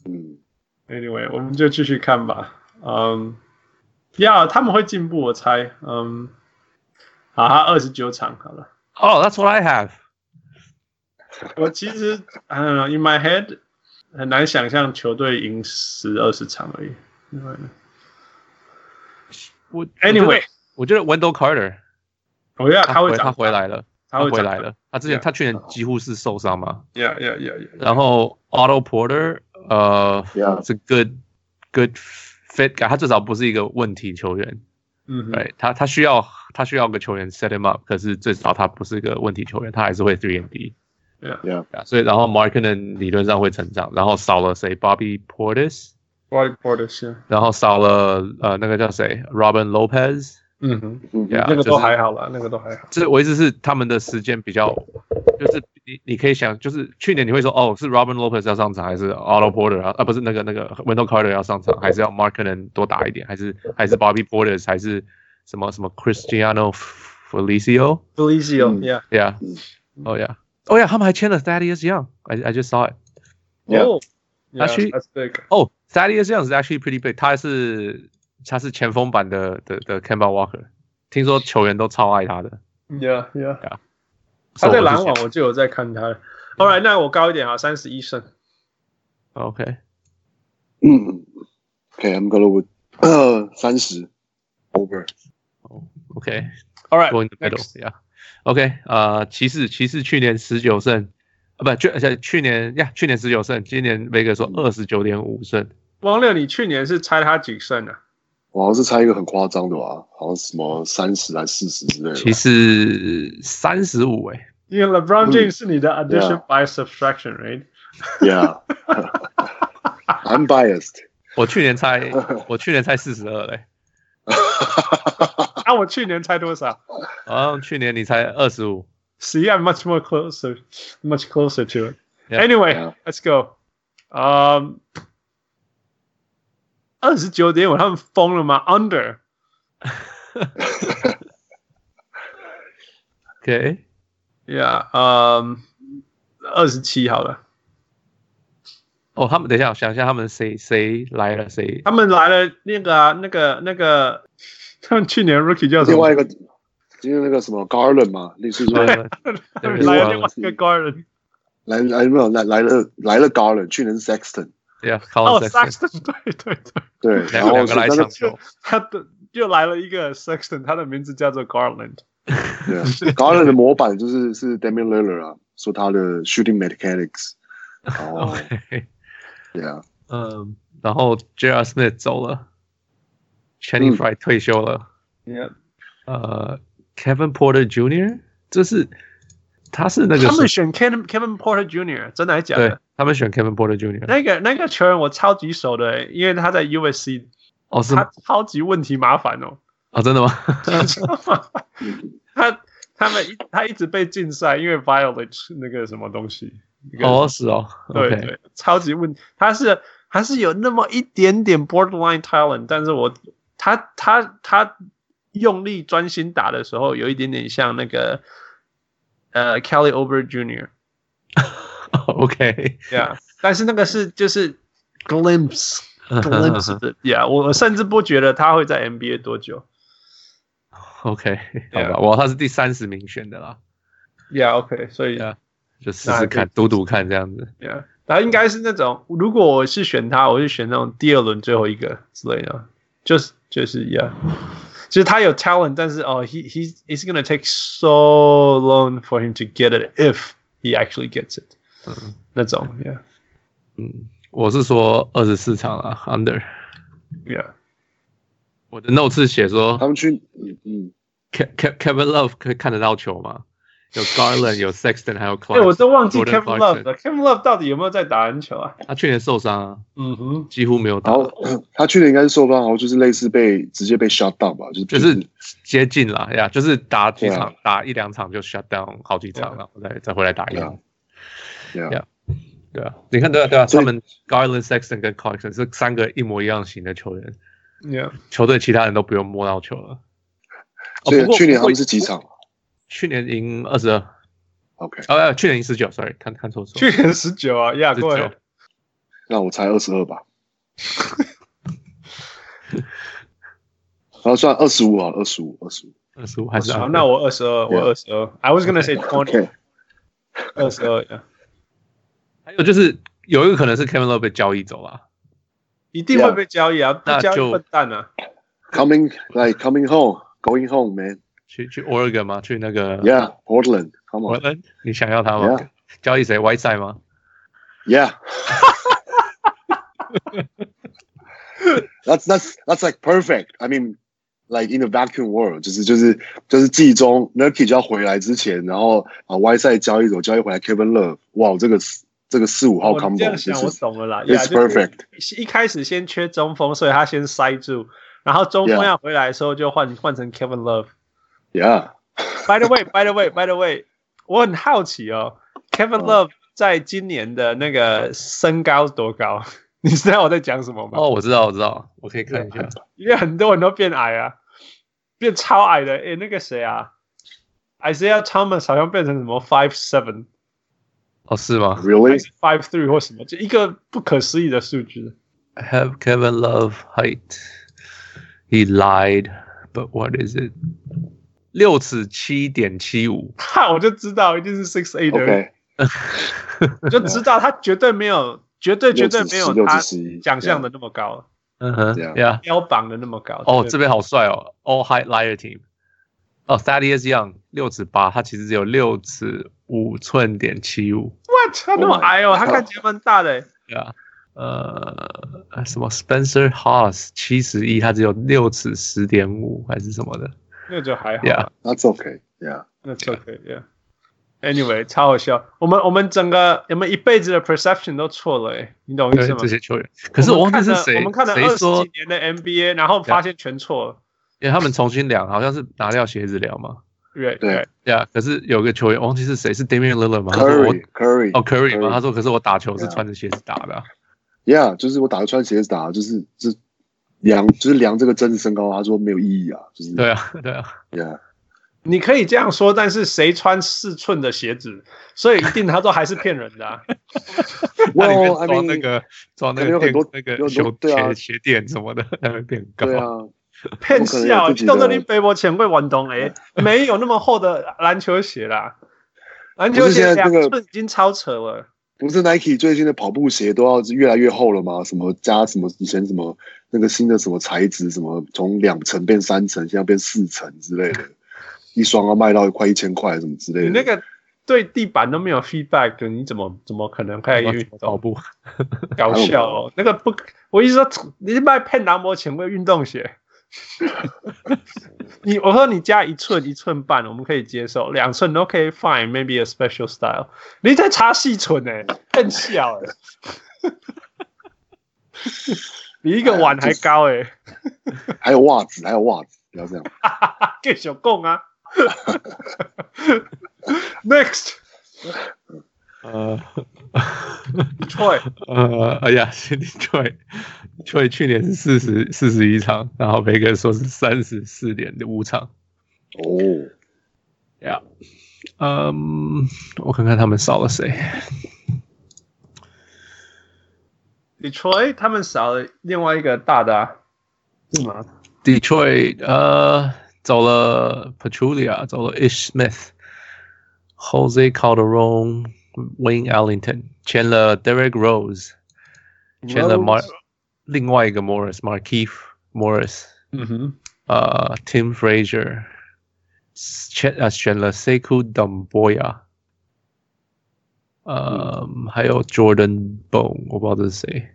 [SPEAKER 3] 嗯，
[SPEAKER 1] Anyway，我们就继续看吧。嗯，呀，他们会进步，我猜。嗯，好，他二十九场好了。
[SPEAKER 2] 哦、oh,，That's what I have。
[SPEAKER 1] 我其实 I don't know in my head 很难想象球队赢十二十场而已。
[SPEAKER 2] 我
[SPEAKER 1] Anyway，
[SPEAKER 2] 我觉得 Wendell Carter
[SPEAKER 1] 我要
[SPEAKER 2] 他
[SPEAKER 1] 他会
[SPEAKER 2] 回
[SPEAKER 1] 长，
[SPEAKER 2] 他回，来了，
[SPEAKER 1] 他会
[SPEAKER 2] 回
[SPEAKER 1] 长
[SPEAKER 2] 来。了。他之前
[SPEAKER 1] Yeah
[SPEAKER 2] 他去年几乎是受伤嘛，
[SPEAKER 1] Yeah, yeah, yeah, yeah.
[SPEAKER 2] 然后 Otto Porter 呃
[SPEAKER 3] Yeah
[SPEAKER 2] 是 good good fit guy，他至少不是一个问题球员。
[SPEAKER 1] 嗯哼，
[SPEAKER 2] 对他，他需要他需要个球员 set him up，可是最少他不是一个问题球员，他还是会 three and D。
[SPEAKER 1] Yeah.
[SPEAKER 3] Yeah.
[SPEAKER 2] 啊，所以然后 Markin 理论上会成长，然后少了谁？Bobby Portis，
[SPEAKER 1] ，Body Porter 啊，
[SPEAKER 2] 然后少了呃那个叫谁？Robin Lopez。
[SPEAKER 1] 嗯哼，
[SPEAKER 3] 嗯
[SPEAKER 2] 对啊
[SPEAKER 1] 那个
[SPEAKER 2] 就
[SPEAKER 1] 都
[SPEAKER 2] 是
[SPEAKER 1] 还好啦，那个都还好。
[SPEAKER 2] 这我意思是他们的时间比较，就是你你可以想，就是去年你会说哦是 Robin Lopez 要上场，还是 Otto Porter 啊啊不是那个那个 Wendell Carter 要上场，还是要 Markin 多打一点，还是还是 Bobby Portis 还是什么什么 Cristiano Felicio？
[SPEAKER 1] Felicio,
[SPEAKER 3] 嗯
[SPEAKER 1] yeah.
[SPEAKER 2] Yeah.
[SPEAKER 3] Mm.
[SPEAKER 2] Oh yeah. Oh yeah. 他们还签了 Thaddeus Young. I I just saw it. 嗯
[SPEAKER 3] Yeah.
[SPEAKER 1] Oh, yeah,
[SPEAKER 2] Actually-
[SPEAKER 1] that's big.
[SPEAKER 2] Oh, Thaddeus Young is actually pretty big. 他是他是前锋版的的的 c a m b a Walker。听说球员都超爱他的。
[SPEAKER 1] Yeah, yeah. 他
[SPEAKER 2] 所以
[SPEAKER 1] 在
[SPEAKER 2] 我就
[SPEAKER 1] 篮
[SPEAKER 2] 想
[SPEAKER 1] 网我就有在看他了。All right，那我高一点啊，三十一胜。
[SPEAKER 2] OK，
[SPEAKER 3] 嗯，OK，I'm Mm-hmm. gonna with 呃三十 over。
[SPEAKER 2] OK，
[SPEAKER 1] All right，
[SPEAKER 2] going in the
[SPEAKER 1] next
[SPEAKER 2] middle，yeah。OK，呃，骑士骑士去年十九胜，啊不，去而且去年呀，去年十九胜，今年 Vega 说
[SPEAKER 1] 嗯
[SPEAKER 2] 二十九点五胜，
[SPEAKER 1] 王六，你去年是猜他几胜啊？
[SPEAKER 3] 我好像是猜一个很夸
[SPEAKER 1] 嗯
[SPEAKER 3] 张的吧，好像什么三十还四十之类的吧。
[SPEAKER 2] 骑士三十五哎，
[SPEAKER 1] 因为 LeBron
[SPEAKER 3] 嗯
[SPEAKER 1] James 是你的 addition
[SPEAKER 3] Yeah.
[SPEAKER 1] by subtraction，right？
[SPEAKER 3] Yeah. I'm biased.
[SPEAKER 2] 我去年才我去年才四十二嘞，
[SPEAKER 1] 啊，我去年猜多少？
[SPEAKER 2] 好像去年你才二十五。
[SPEAKER 1] See, I'm much more closer, much closer to it.
[SPEAKER 2] Yeah.
[SPEAKER 1] Anyway,
[SPEAKER 3] Yeah.
[SPEAKER 1] let's go. Um, 二十九点五，他们疯了吗？Under，
[SPEAKER 2] OK，
[SPEAKER 1] yeah，嗯，二十七好了。
[SPEAKER 2] 哦，他们等一下，我想一下他们谁谁来了谁
[SPEAKER 1] 他们来了那个啊、那个那个，他们去年 Rookie 叫什
[SPEAKER 3] 另
[SPEAKER 1] 么
[SPEAKER 3] 外？一个，今天那个什么 Garland 嘛，你是说
[SPEAKER 2] 来了
[SPEAKER 1] 他们来了另外一个
[SPEAKER 3] 嗯
[SPEAKER 1] Garden，
[SPEAKER 3] 来来没有来来了来了 Garland，去年 Sexton
[SPEAKER 2] 对啊
[SPEAKER 1] 哦
[SPEAKER 2] ，Colin Sexton，
[SPEAKER 1] ，Sexton，对对对，
[SPEAKER 3] 对，然
[SPEAKER 2] 两个两个
[SPEAKER 3] 后是
[SPEAKER 2] 来
[SPEAKER 3] 那
[SPEAKER 2] 抢
[SPEAKER 3] 个
[SPEAKER 2] 球，
[SPEAKER 1] 他的又来了一个 Sexton，他的名字叫做 Garland。
[SPEAKER 3] 对啊 Garland 的模板就是是 Damian Lillard 啊，说他的 shooting mechanics，然 后
[SPEAKER 2] OK，
[SPEAKER 3] 对啊，
[SPEAKER 2] 嗯，然后 JR Smith 走了，Channing
[SPEAKER 3] 嗯
[SPEAKER 2] Frye 退休了，
[SPEAKER 1] Yeah，
[SPEAKER 2] 呃，Kevin Porter Jr. 这是他是那个
[SPEAKER 1] 他们
[SPEAKER 2] 是
[SPEAKER 1] 选 Kevin Kevin Porter Jr. 真的还哎假
[SPEAKER 2] 对
[SPEAKER 1] 的？，
[SPEAKER 2] 他们选 Kevin Porter Jr.
[SPEAKER 1] 那个那个球员我超级熟的，因为他在 USC，
[SPEAKER 2] 哦是
[SPEAKER 1] 他超级问题麻烦 哦。
[SPEAKER 2] 哦真的吗？
[SPEAKER 1] 他他们一他一直被禁赛，因为 Violet 那个什么东西。那个
[SPEAKER 2] 哦是哦
[SPEAKER 1] 对
[SPEAKER 2] ，OK，
[SPEAKER 1] 对，超级问，他是还是有那么一点点 borderline talent，但是我他他他用力专心打的时候，有一点点像那个呃 Kelly Ober Jr.
[SPEAKER 2] OK，
[SPEAKER 1] Yeah，但是那个是就是 glimpse glimpse 的 Yeah，我我甚至不觉得他会在 NBA 多久。
[SPEAKER 2] OK，好
[SPEAKER 1] Yeah
[SPEAKER 2] 吧，我他是第三十名选的啦，
[SPEAKER 1] Yeah，OK，、所以
[SPEAKER 2] Yeah 就试
[SPEAKER 1] 那
[SPEAKER 2] 试
[SPEAKER 1] 就
[SPEAKER 2] 看，赌赌看这样子。
[SPEAKER 1] Yeah，他应该是那种，如果我是选他，我是选那种第二轮最后一个之类的，就是就是 Yeah，就是他有 talent，但是哦、h e he it's gonna take so long for him to get it if he actually gets it，
[SPEAKER 2] 嗯
[SPEAKER 1] 那种 Yeah
[SPEAKER 2] 嗯，我是说二十四场啊，Under。
[SPEAKER 1] Yeah，
[SPEAKER 2] 我的 note 是写说
[SPEAKER 3] 他们去嗯嗯
[SPEAKER 2] Ke- Ke- Kevin Love 可以看得到球吗？有 Garland，有 Sexton，还有
[SPEAKER 1] 哎、我
[SPEAKER 2] Clark。
[SPEAKER 1] 都忘记
[SPEAKER 2] Jordan
[SPEAKER 1] Kevin Love
[SPEAKER 2] Clarkson
[SPEAKER 1] 了，Kevin Love 到底有没有在打篮球啊？
[SPEAKER 2] 他去年受伤啊，
[SPEAKER 1] 嗯哼，
[SPEAKER 2] 几乎没有打
[SPEAKER 3] 然，后 他去年应该是受伤，然后就是类似被直接被 shut down 吧，就是
[SPEAKER 2] 就是接近了呀，就是打几
[SPEAKER 3] 对啊
[SPEAKER 2] 场，打一两场就 shut down 好几
[SPEAKER 1] 对
[SPEAKER 2] 场，
[SPEAKER 1] 啊
[SPEAKER 2] 然后再再回来打一场。
[SPEAKER 3] 对啊
[SPEAKER 2] Yeah 对啊，你看，对啊，对啊，
[SPEAKER 3] 所
[SPEAKER 2] 他
[SPEAKER 3] 以
[SPEAKER 2] 们 Garland、Sexton 跟 Clarkson 是三个一模一样型的球员，
[SPEAKER 1] Yeah，
[SPEAKER 2] 球队其他人都不用摸到球了。哦
[SPEAKER 3] 所以
[SPEAKER 2] 不过
[SPEAKER 3] 去年他们
[SPEAKER 2] 不过
[SPEAKER 3] 是几场
[SPEAKER 2] 去年赢二十二，
[SPEAKER 3] ？OK，
[SPEAKER 2] 哦，呃去年赢十九，sorry，看看错错，
[SPEAKER 1] 去年十九啊，Yeah，
[SPEAKER 2] 19
[SPEAKER 1] 过来，
[SPEAKER 3] 那我猜二十二吧。然后算二十五啊，二十五，二十五。
[SPEAKER 2] 二十五还是
[SPEAKER 1] 好，
[SPEAKER 2] 22
[SPEAKER 1] 哦那我二十二，我二十二，I was gonna say twenty，
[SPEAKER 3] OK，
[SPEAKER 1] 二十二，Yeah，
[SPEAKER 2] 还有就是有一个可能是 Kevin Love 被交易走啊了，
[SPEAKER 1] 一定会被交易啊，不
[SPEAKER 2] 那
[SPEAKER 1] 交易
[SPEAKER 2] 就
[SPEAKER 1] 笨蛋啊。
[SPEAKER 3] Coming like coming home, going home, man.
[SPEAKER 2] 去去 Oregon 吗？去那个
[SPEAKER 3] Yeah, Portland, come on.
[SPEAKER 2] Portland？你想要他吗
[SPEAKER 3] Yeah
[SPEAKER 2] 交易谁？Whiteside 吗？
[SPEAKER 3] Yeah. that's that's that's like perfect. I mean, like in a vacuum world，就是就是就是季中 Nurkic 要回来之前，然后啊 Y 赛交易走，交易回来 Kevin Love，哇，这个这个四五号
[SPEAKER 1] 我哦这
[SPEAKER 3] combo，
[SPEAKER 1] 样
[SPEAKER 3] 就
[SPEAKER 1] 想我
[SPEAKER 3] 是
[SPEAKER 1] 懂了啦
[SPEAKER 3] it's
[SPEAKER 1] yeah，就是
[SPEAKER 3] perfect。
[SPEAKER 1] 一开始先缺中锋，所以他先塞住，然后中锋
[SPEAKER 3] Yeah
[SPEAKER 1] 要回来的时候就换换成 Kevin Love。
[SPEAKER 3] Yeah，
[SPEAKER 1] By the way，by the way，by the way，我很好奇哦，Kevin
[SPEAKER 3] 嗯
[SPEAKER 1] Love 在今年的那个身高多高？ 你知道我在讲什么吗？
[SPEAKER 2] 哦，我知道，我知道，我可以看一下。
[SPEAKER 1] 因为很多人都变矮啊，变超矮的。诶，那个谁啊，Isaiah Thomas 好像变成什么 five seven
[SPEAKER 2] 哦，是吗
[SPEAKER 3] Really?
[SPEAKER 1] five three 或什么，就一个不可思议的数据。
[SPEAKER 2] ？Have Kevin Love height? He lied, but what is it? 六尺七点七五，
[SPEAKER 1] 哈，我就知道一定是 six eight 的人。
[SPEAKER 3] OK，
[SPEAKER 1] 我就知道他绝对没有，绝对绝对没有
[SPEAKER 3] 六
[SPEAKER 1] 他
[SPEAKER 3] 至十一
[SPEAKER 1] 想象的那么高，
[SPEAKER 2] 嗯哼
[SPEAKER 3] Yeah
[SPEAKER 2] ，Yeah。
[SPEAKER 1] 标榜的那么高。
[SPEAKER 2] 哦，
[SPEAKER 1] 对
[SPEAKER 2] 这边好帅哦，All Height Liar Team。哦，Thaddeus Young 六尺八，他其实只有六尺五寸点七五。
[SPEAKER 1] what 他那么矮哦，
[SPEAKER 3] Oh my
[SPEAKER 1] 他
[SPEAKER 3] God
[SPEAKER 1] 看起来蛮大的。
[SPEAKER 2] 对啊，呃，什么 Spencer Haas 七十一，他只有六尺十点五还是什么的。
[SPEAKER 1] 那就还好
[SPEAKER 2] Yeah，
[SPEAKER 1] 啊，
[SPEAKER 3] Yeah，That's OK，Yeah。
[SPEAKER 1] 那就可以。 Anyway，超好笑。我们我们整个我们一辈子的 perception 都错了、欸，你懂我意
[SPEAKER 2] 对
[SPEAKER 1] 思吗
[SPEAKER 2] 这？些球员。可是我忘记
[SPEAKER 1] 看
[SPEAKER 2] 是
[SPEAKER 1] 了
[SPEAKER 2] 谁，
[SPEAKER 1] 我们看了
[SPEAKER 2] 谁
[SPEAKER 1] 二十
[SPEAKER 2] 说
[SPEAKER 1] 几，年的 NBA，然后发现全错了。
[SPEAKER 2] 因为他们重新量，好像是拿掉鞋子量嘛。
[SPEAKER 1] 对
[SPEAKER 3] 对
[SPEAKER 1] 对，
[SPEAKER 2] 对啊，可是有个球员忘记是谁，是 Damian Lillard 嘛？他说我
[SPEAKER 3] Curry Curry
[SPEAKER 2] 哦 Curry
[SPEAKER 3] Curry
[SPEAKER 2] 嘛，他说可是我打球是
[SPEAKER 3] Yeah
[SPEAKER 2] 穿着鞋子打的啊。
[SPEAKER 3] Yeah，就是我打穿鞋子打，就是就是量就是量这个真实身高，他说没有意义啊，就是
[SPEAKER 2] 对啊，对 啊，
[SPEAKER 3] Yeah，
[SPEAKER 1] 你可以这样说，但是谁穿四寸的鞋子？所以一定他都还是骗人的、啊。
[SPEAKER 2] 那里面
[SPEAKER 3] Well, I
[SPEAKER 2] 装那
[SPEAKER 3] mean-
[SPEAKER 2] 个装那
[SPEAKER 3] 可
[SPEAKER 2] 个
[SPEAKER 3] 能有很
[SPEAKER 2] 垫
[SPEAKER 3] 多
[SPEAKER 2] 那个
[SPEAKER 3] 有很多
[SPEAKER 2] 球
[SPEAKER 3] 对啊
[SPEAKER 2] 鞋鞋垫什么的，那会变高。
[SPEAKER 3] 对啊，
[SPEAKER 1] 骗笑，
[SPEAKER 3] 我可能有自己的
[SPEAKER 1] 动这里北我钱柜玩东哎， 没有那么厚的篮球鞋啦，篮球
[SPEAKER 3] 不是
[SPEAKER 1] 鞋
[SPEAKER 3] 现在
[SPEAKER 1] 两
[SPEAKER 3] 这个
[SPEAKER 1] 寸已经超扯了。
[SPEAKER 3] 不是 Nike 最新的跑步鞋都要越来越厚了吗？什么加什么以前什么那个新的什么材质，什么从两层变三层，现在变四层之 类的，一双要卖到快一千块什么之类
[SPEAKER 1] 你
[SPEAKER 3] 的。
[SPEAKER 1] 那个对地板都没有 feedback，的你怎么怎么可能可
[SPEAKER 3] 啊
[SPEAKER 1] 以运
[SPEAKER 2] 跑
[SPEAKER 1] 动？
[SPEAKER 2] 步，
[SPEAKER 1] 搞笑哦，那个不，我意思说你是卖骗男模前卫运动鞋。 你我说你加一寸一寸半，我们可以接受，两寸都可以 fine，maybe a special style。你在查细寸呢、骗笑哎、比一个碗还高哎、
[SPEAKER 3] 还有袜子，还有袜子，不要这样。
[SPEAKER 1] 更小供啊。Next，
[SPEAKER 2] 呃
[SPEAKER 1] Troy，
[SPEAKER 2] 呃，哎呀， 是 Detroit Detroit 去年是四十四十一场，然后梅根说是三十四点五场。
[SPEAKER 3] 哦，
[SPEAKER 2] Yeah，嗯，我看看他们少了谁。
[SPEAKER 1] Detroit 他们少了另外一个大的、啊，是吗？
[SPEAKER 2] Detroit 呃走了 Pachulia，走了 Ish Smith、Jose Calderon、Wayne Ellington，签了 Derek Rose，签了 Mar 另外一个 Morris Markeith Morris，
[SPEAKER 1] 嗯哼，
[SPEAKER 2] 呃 Uh, Tim Frazier，签呃选了 Sekou Dumboya，呃、
[SPEAKER 1] Hmm.
[SPEAKER 2] 还有 Um, Jordan Bone，我不知道这是谁。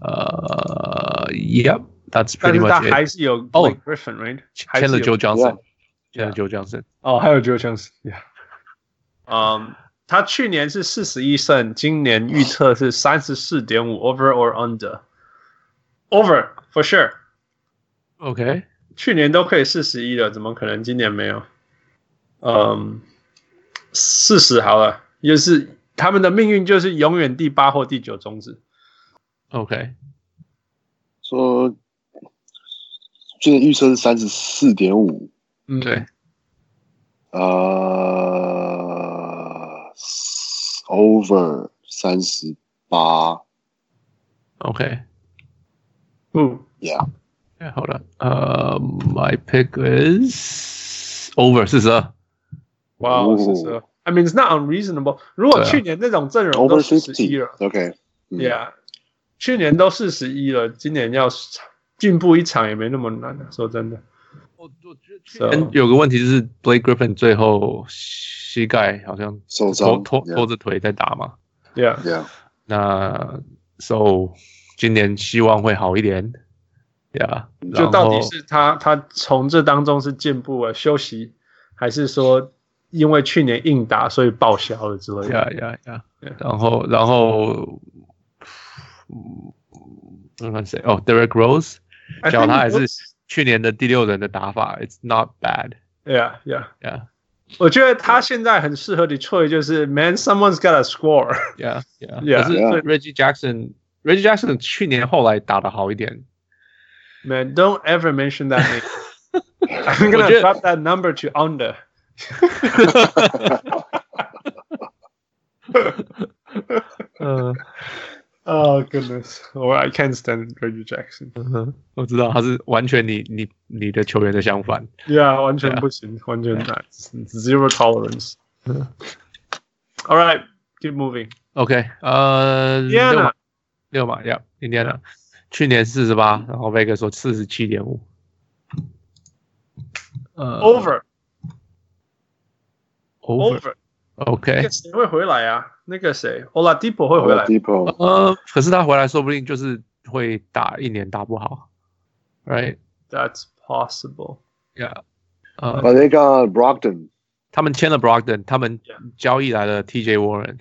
[SPEAKER 2] 呃、y e p that's
[SPEAKER 1] 但
[SPEAKER 2] pretty
[SPEAKER 1] 是
[SPEAKER 2] much
[SPEAKER 1] 他
[SPEAKER 2] it.
[SPEAKER 1] 还是有
[SPEAKER 2] 哦
[SPEAKER 1] Blake Griffin right？还
[SPEAKER 2] 签
[SPEAKER 1] 是
[SPEAKER 2] 了 Joe
[SPEAKER 1] 有
[SPEAKER 2] Johnson，签
[SPEAKER 1] Yeah
[SPEAKER 2] 了 Joe Johnson，
[SPEAKER 1] 哦，还有 Joe Johnson，yeah，嗯，他去年是四十一胜，今年预测是三十四点五，over or under？over for sure，
[SPEAKER 2] OK，
[SPEAKER 1] 去年都可以四十一了，怎么可能今年没有？嗯，四十好了，就是他们的命运就是永远第八或第九种子。
[SPEAKER 2] OK，
[SPEAKER 3] 说这个预测是三十四点五，
[SPEAKER 1] 嗯，
[SPEAKER 2] 对，
[SPEAKER 3] 呃，over 三十八
[SPEAKER 2] OK，
[SPEAKER 1] 不，
[SPEAKER 3] ，Yeah，
[SPEAKER 2] 哎，好了，呃，My Um, pick is over 四十二，
[SPEAKER 1] 哇、
[SPEAKER 3] 哦
[SPEAKER 1] 哦，四十二，I mean it's not unreasonable。如果
[SPEAKER 2] 对啊
[SPEAKER 1] 去年那种阵容都
[SPEAKER 3] over
[SPEAKER 1] 四十一
[SPEAKER 3] fifty
[SPEAKER 1] 了。
[SPEAKER 3] OK，嗯
[SPEAKER 1] Yeah，去年都四十一了，今年要进步一场也没那么难啊。说真的，
[SPEAKER 2] 我我觉得去
[SPEAKER 1] So-
[SPEAKER 2] 年有个问题就是 Blake Griffin 最后膝盖好像
[SPEAKER 3] 受
[SPEAKER 2] 拖
[SPEAKER 3] 伤
[SPEAKER 2] 拖拖着腿在打嘛，
[SPEAKER 1] Yeah，
[SPEAKER 3] ，Yeah，
[SPEAKER 2] 那 So 今年希望会好一点，Yeah，
[SPEAKER 1] 就到底
[SPEAKER 2] 然后
[SPEAKER 1] 是他他从这当中是进步了休息，还是说因为去年硬打所以报销了之类的
[SPEAKER 2] 呀呀呀
[SPEAKER 1] Yeah.！
[SPEAKER 2] 然后，然后，嗯，我乱谁？哦，Derek Rose，
[SPEAKER 1] I think
[SPEAKER 2] 脚他还
[SPEAKER 1] it
[SPEAKER 2] 是
[SPEAKER 1] was-
[SPEAKER 2] 去年的第六人的打法，It's not bad。
[SPEAKER 1] ？Yeah Yeah，
[SPEAKER 2] Yeah,
[SPEAKER 1] 我觉得他现在很适合 Detroit，就是 Man someone's gotta score。
[SPEAKER 2] yeah, yeah.
[SPEAKER 1] Yeah.
[SPEAKER 2] 可是
[SPEAKER 3] Yeah.
[SPEAKER 2] Reggie Jackson，Reggie Jackson 去年后来打的好一点。
[SPEAKER 1] Man don't ever mention that name。I'm
[SPEAKER 2] 我
[SPEAKER 1] gonna
[SPEAKER 2] 觉得
[SPEAKER 1] drop that number to under。
[SPEAKER 2] 嗯
[SPEAKER 1] Oh goodness，我 I can't stand Reggie Jackson。
[SPEAKER 2] 嗯哼，我知道他是完全你你你的球员的相反。
[SPEAKER 1] Yeah，完全
[SPEAKER 2] Yeah.
[SPEAKER 1] 不行，完全 that's zero tolerance。All right, keep moving.
[SPEAKER 2] OK，呃，六
[SPEAKER 1] Diana，
[SPEAKER 2] 嘛六嘛，Yeah，i n d i a n 去年四十八，然后 Vega 说四十七点五。呃
[SPEAKER 1] over
[SPEAKER 2] over
[SPEAKER 1] over，那
[SPEAKER 2] OK，
[SPEAKER 1] 个谁会回来啊？那个谁，Oladipo 会回来
[SPEAKER 3] d e p o
[SPEAKER 2] 呃，可是他回来说不定就是会打一年打不好，Right？
[SPEAKER 1] ？That's possible.
[SPEAKER 2] Yeah，呃
[SPEAKER 3] b u t they got Brogdon，
[SPEAKER 2] 他们签了 Brogdon，他们
[SPEAKER 1] Yeah.
[SPEAKER 2] 交易来了 TJ Warren，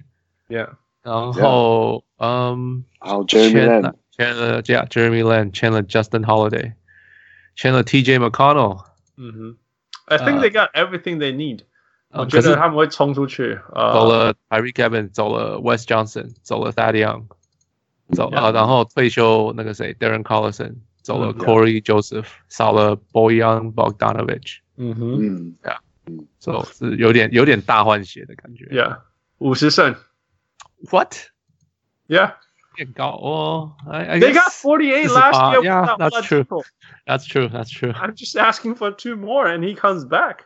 [SPEAKER 1] Yeah，
[SPEAKER 2] 然后嗯，
[SPEAKER 3] 还有 Jeremy
[SPEAKER 2] 签
[SPEAKER 3] Lamb
[SPEAKER 2] 了签了 Yeah, Jeremy Lin，签了 Justin Holiday，签了 TJ McConnell，
[SPEAKER 1] 嗯哼，I Mm-hmm.
[SPEAKER 2] Uh,
[SPEAKER 1] think they got everything they need。
[SPEAKER 2] 呃
[SPEAKER 1] 我觉
[SPEAKER 2] 可
[SPEAKER 1] 得
[SPEAKER 2] 是
[SPEAKER 1] 他们会冲出去。
[SPEAKER 2] 走
[SPEAKER 1] 呃，
[SPEAKER 2] 了 Tyreek Evans，走了 West Johnson，走了 Thad Young，走
[SPEAKER 1] Yeah.
[SPEAKER 2] 啊，然后退休那个谁 Darren Collison，走了
[SPEAKER 1] 嗯，Yeah.
[SPEAKER 2] Corey Joseph，少了 Boyan Bogdanovich，
[SPEAKER 1] 嗯哼
[SPEAKER 3] 嗯，
[SPEAKER 2] so 是有点有点大换血的感觉。
[SPEAKER 1] Oh ，Yeah，五十胜
[SPEAKER 2] What？
[SPEAKER 1] ，Yeah。
[SPEAKER 2] 变高哦，I I
[SPEAKER 1] They got
[SPEAKER 2] guess
[SPEAKER 1] forty eight
[SPEAKER 2] This is
[SPEAKER 1] last
[SPEAKER 2] fine.
[SPEAKER 1] year.
[SPEAKER 2] Yeah,
[SPEAKER 1] without
[SPEAKER 2] that's
[SPEAKER 1] Vlad
[SPEAKER 2] true.
[SPEAKER 1] Divac.
[SPEAKER 2] that's true, that's true.
[SPEAKER 1] I'm just asking for two more, and he comes back.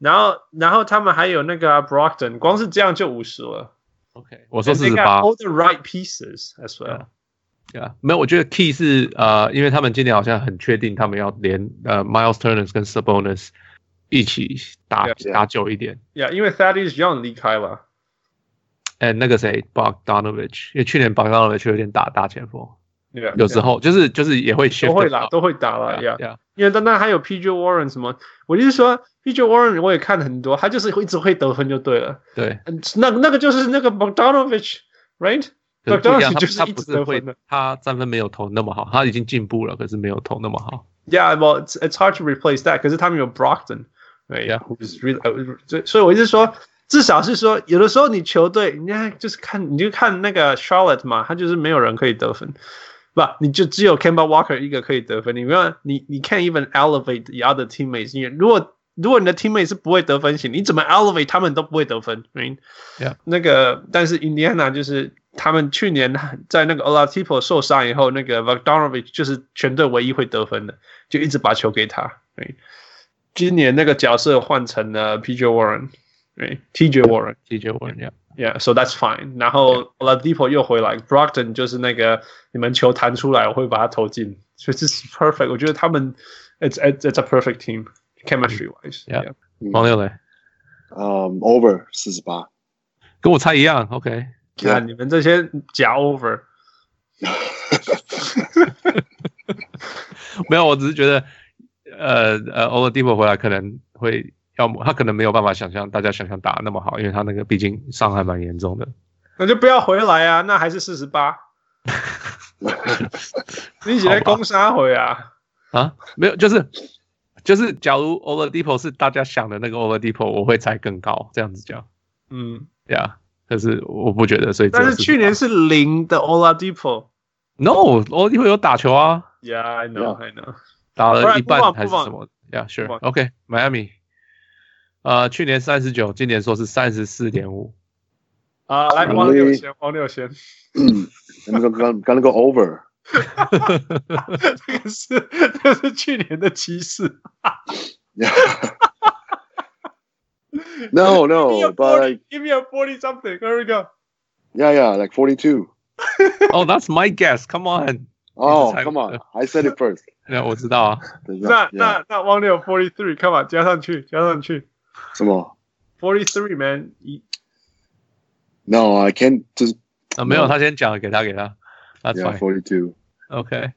[SPEAKER 1] 然后，然后他们还有那个啊 Brockton，光是这样就五十了。
[SPEAKER 2] OK，我说
[SPEAKER 1] And
[SPEAKER 2] 四
[SPEAKER 1] they
[SPEAKER 2] 十
[SPEAKER 1] got
[SPEAKER 2] 八，
[SPEAKER 1] all the right pieces as well.
[SPEAKER 2] 对啊，没有，我觉得 key 是呃，因为他们今年好像很确定他们要连呃 Miles Turner 跟 Sabonis 一起打
[SPEAKER 1] Yeah,
[SPEAKER 3] yeah.
[SPEAKER 2] 打久一点。
[SPEAKER 1] Yeah，因为 Thaddeus Young 离开了。
[SPEAKER 2] 哎，那个谁，Bogdanovich，因为去年 Bogdanovich 有点打大前锋，
[SPEAKER 1] Yeah，
[SPEAKER 2] 有时候就是就是也会 shift
[SPEAKER 1] 都会打，都会打了。Yeah，因为
[SPEAKER 2] 啊
[SPEAKER 1] 当然还有 PJ Warren 什么，我就是说 PJ Warren 我也看了很多，他就是一直会得分就对了。
[SPEAKER 2] 对，
[SPEAKER 1] 嗯，那那个就是那个 Bogdanovich，right？
[SPEAKER 2] 可是不一样，
[SPEAKER 1] Bogdanovich 就是
[SPEAKER 2] 他他
[SPEAKER 1] 一
[SPEAKER 2] 不
[SPEAKER 1] 直
[SPEAKER 2] 是
[SPEAKER 1] 得
[SPEAKER 2] 会
[SPEAKER 1] 分的，
[SPEAKER 2] 他三分没有投那么好，他已经进步了，可是没有投那么好。
[SPEAKER 1] Yeah, well, it's it's hard to replace that. 可是他们有 Brockton, right?
[SPEAKER 2] Yeah.
[SPEAKER 1] Who's really, 呃所以所以我一直说，至少是说，有的时候你球队，你看就是看，你就看那个 Charlotte 嘛，他就是没有人可以得分，不，你就只有 Kemba Walker 一个可以得分，你没有，你你 can't even elevate the other teammates. 你如果如果你的 teammate 是不会得分型，你怎么 elevate 他们都不会得分，right?
[SPEAKER 2] Yeah.
[SPEAKER 1] 那个，但是 Indiana 就是他们去年在那个 Oladipo 受伤以后，那个 Bogdanovic 就是全队唯一会得分的，就一直把球给他。对，今年那个角色换成了 PJ Warren，对，TJ 哎 Warren，yeah，so
[SPEAKER 2] TJ Warren，yeah
[SPEAKER 1] that's fine。然后 Oladipo 又回来，Brockton 就是那个你们球弹出来，我会把它投进，所以这是 perfect。我觉得他们 it's it's it's a perfect team chemistry wise。
[SPEAKER 2] Yeah. 王六嘞，
[SPEAKER 3] 嗯，Over 四十八，
[SPEAKER 2] 跟我猜一样，OK。
[SPEAKER 1] 那你们这些假 over。
[SPEAKER 2] 没有，我只是觉得，呃呃 o l a d i p o 回来可能会要么他可能没有办法想象大家想象打得那么好，因为他那个毕竟伤还蛮严重的。
[SPEAKER 1] 那就不要回来啊，那还是四十八。你起来攻杀回啊？
[SPEAKER 2] 啊，没有，就是就是，假如 Oladipo 是大家想的那个 Oladipo，我会猜更高，这样子讲，
[SPEAKER 1] 嗯，
[SPEAKER 2] 对啊。可是我不觉得，所以只有
[SPEAKER 1] 但是去年是零的 Oladipo。
[SPEAKER 2] No，Oladipo 有打球啊，
[SPEAKER 1] Yeah, I know, I know.
[SPEAKER 2] 打了一
[SPEAKER 1] Alright，move
[SPEAKER 2] 半
[SPEAKER 1] on，
[SPEAKER 2] 还是
[SPEAKER 1] move on
[SPEAKER 2] 什么？Yeah，sure，OK，Miami、
[SPEAKER 1] Move on
[SPEAKER 2] OK，Miami 呃，去年三十九，今年说是三十四点五，
[SPEAKER 1] 啊，来
[SPEAKER 3] 嗯
[SPEAKER 1] 王六先，王六 先，
[SPEAKER 3] 嗯，那个刚刚那个 Over，
[SPEAKER 1] 这个是这是去年的骑士。
[SPEAKER 3] No,
[SPEAKER 1] Give me a
[SPEAKER 3] no, Oh, but
[SPEAKER 1] forty,
[SPEAKER 3] like,
[SPEAKER 1] give me a forty something. Here we go.
[SPEAKER 3] yeah, yeah, like 42.
[SPEAKER 2] Oh, that's my guess. Come on.
[SPEAKER 3] Oh,
[SPEAKER 2] It's a
[SPEAKER 3] come
[SPEAKER 2] type-
[SPEAKER 3] on. I said it first.
[SPEAKER 2] 那我知道啊，
[SPEAKER 3] 等一
[SPEAKER 1] 那
[SPEAKER 3] 下，yeah，
[SPEAKER 1] 那那王六 forty three, come on，加上去，加上去
[SPEAKER 3] 什么
[SPEAKER 1] ，forty three man，一
[SPEAKER 3] ？No, I can't just
[SPEAKER 2] 啊，没有，
[SPEAKER 3] No
[SPEAKER 2] 他先讲了，给他给他，That's
[SPEAKER 3] yeah
[SPEAKER 2] fine.
[SPEAKER 3] forty-two.
[SPEAKER 2] OK，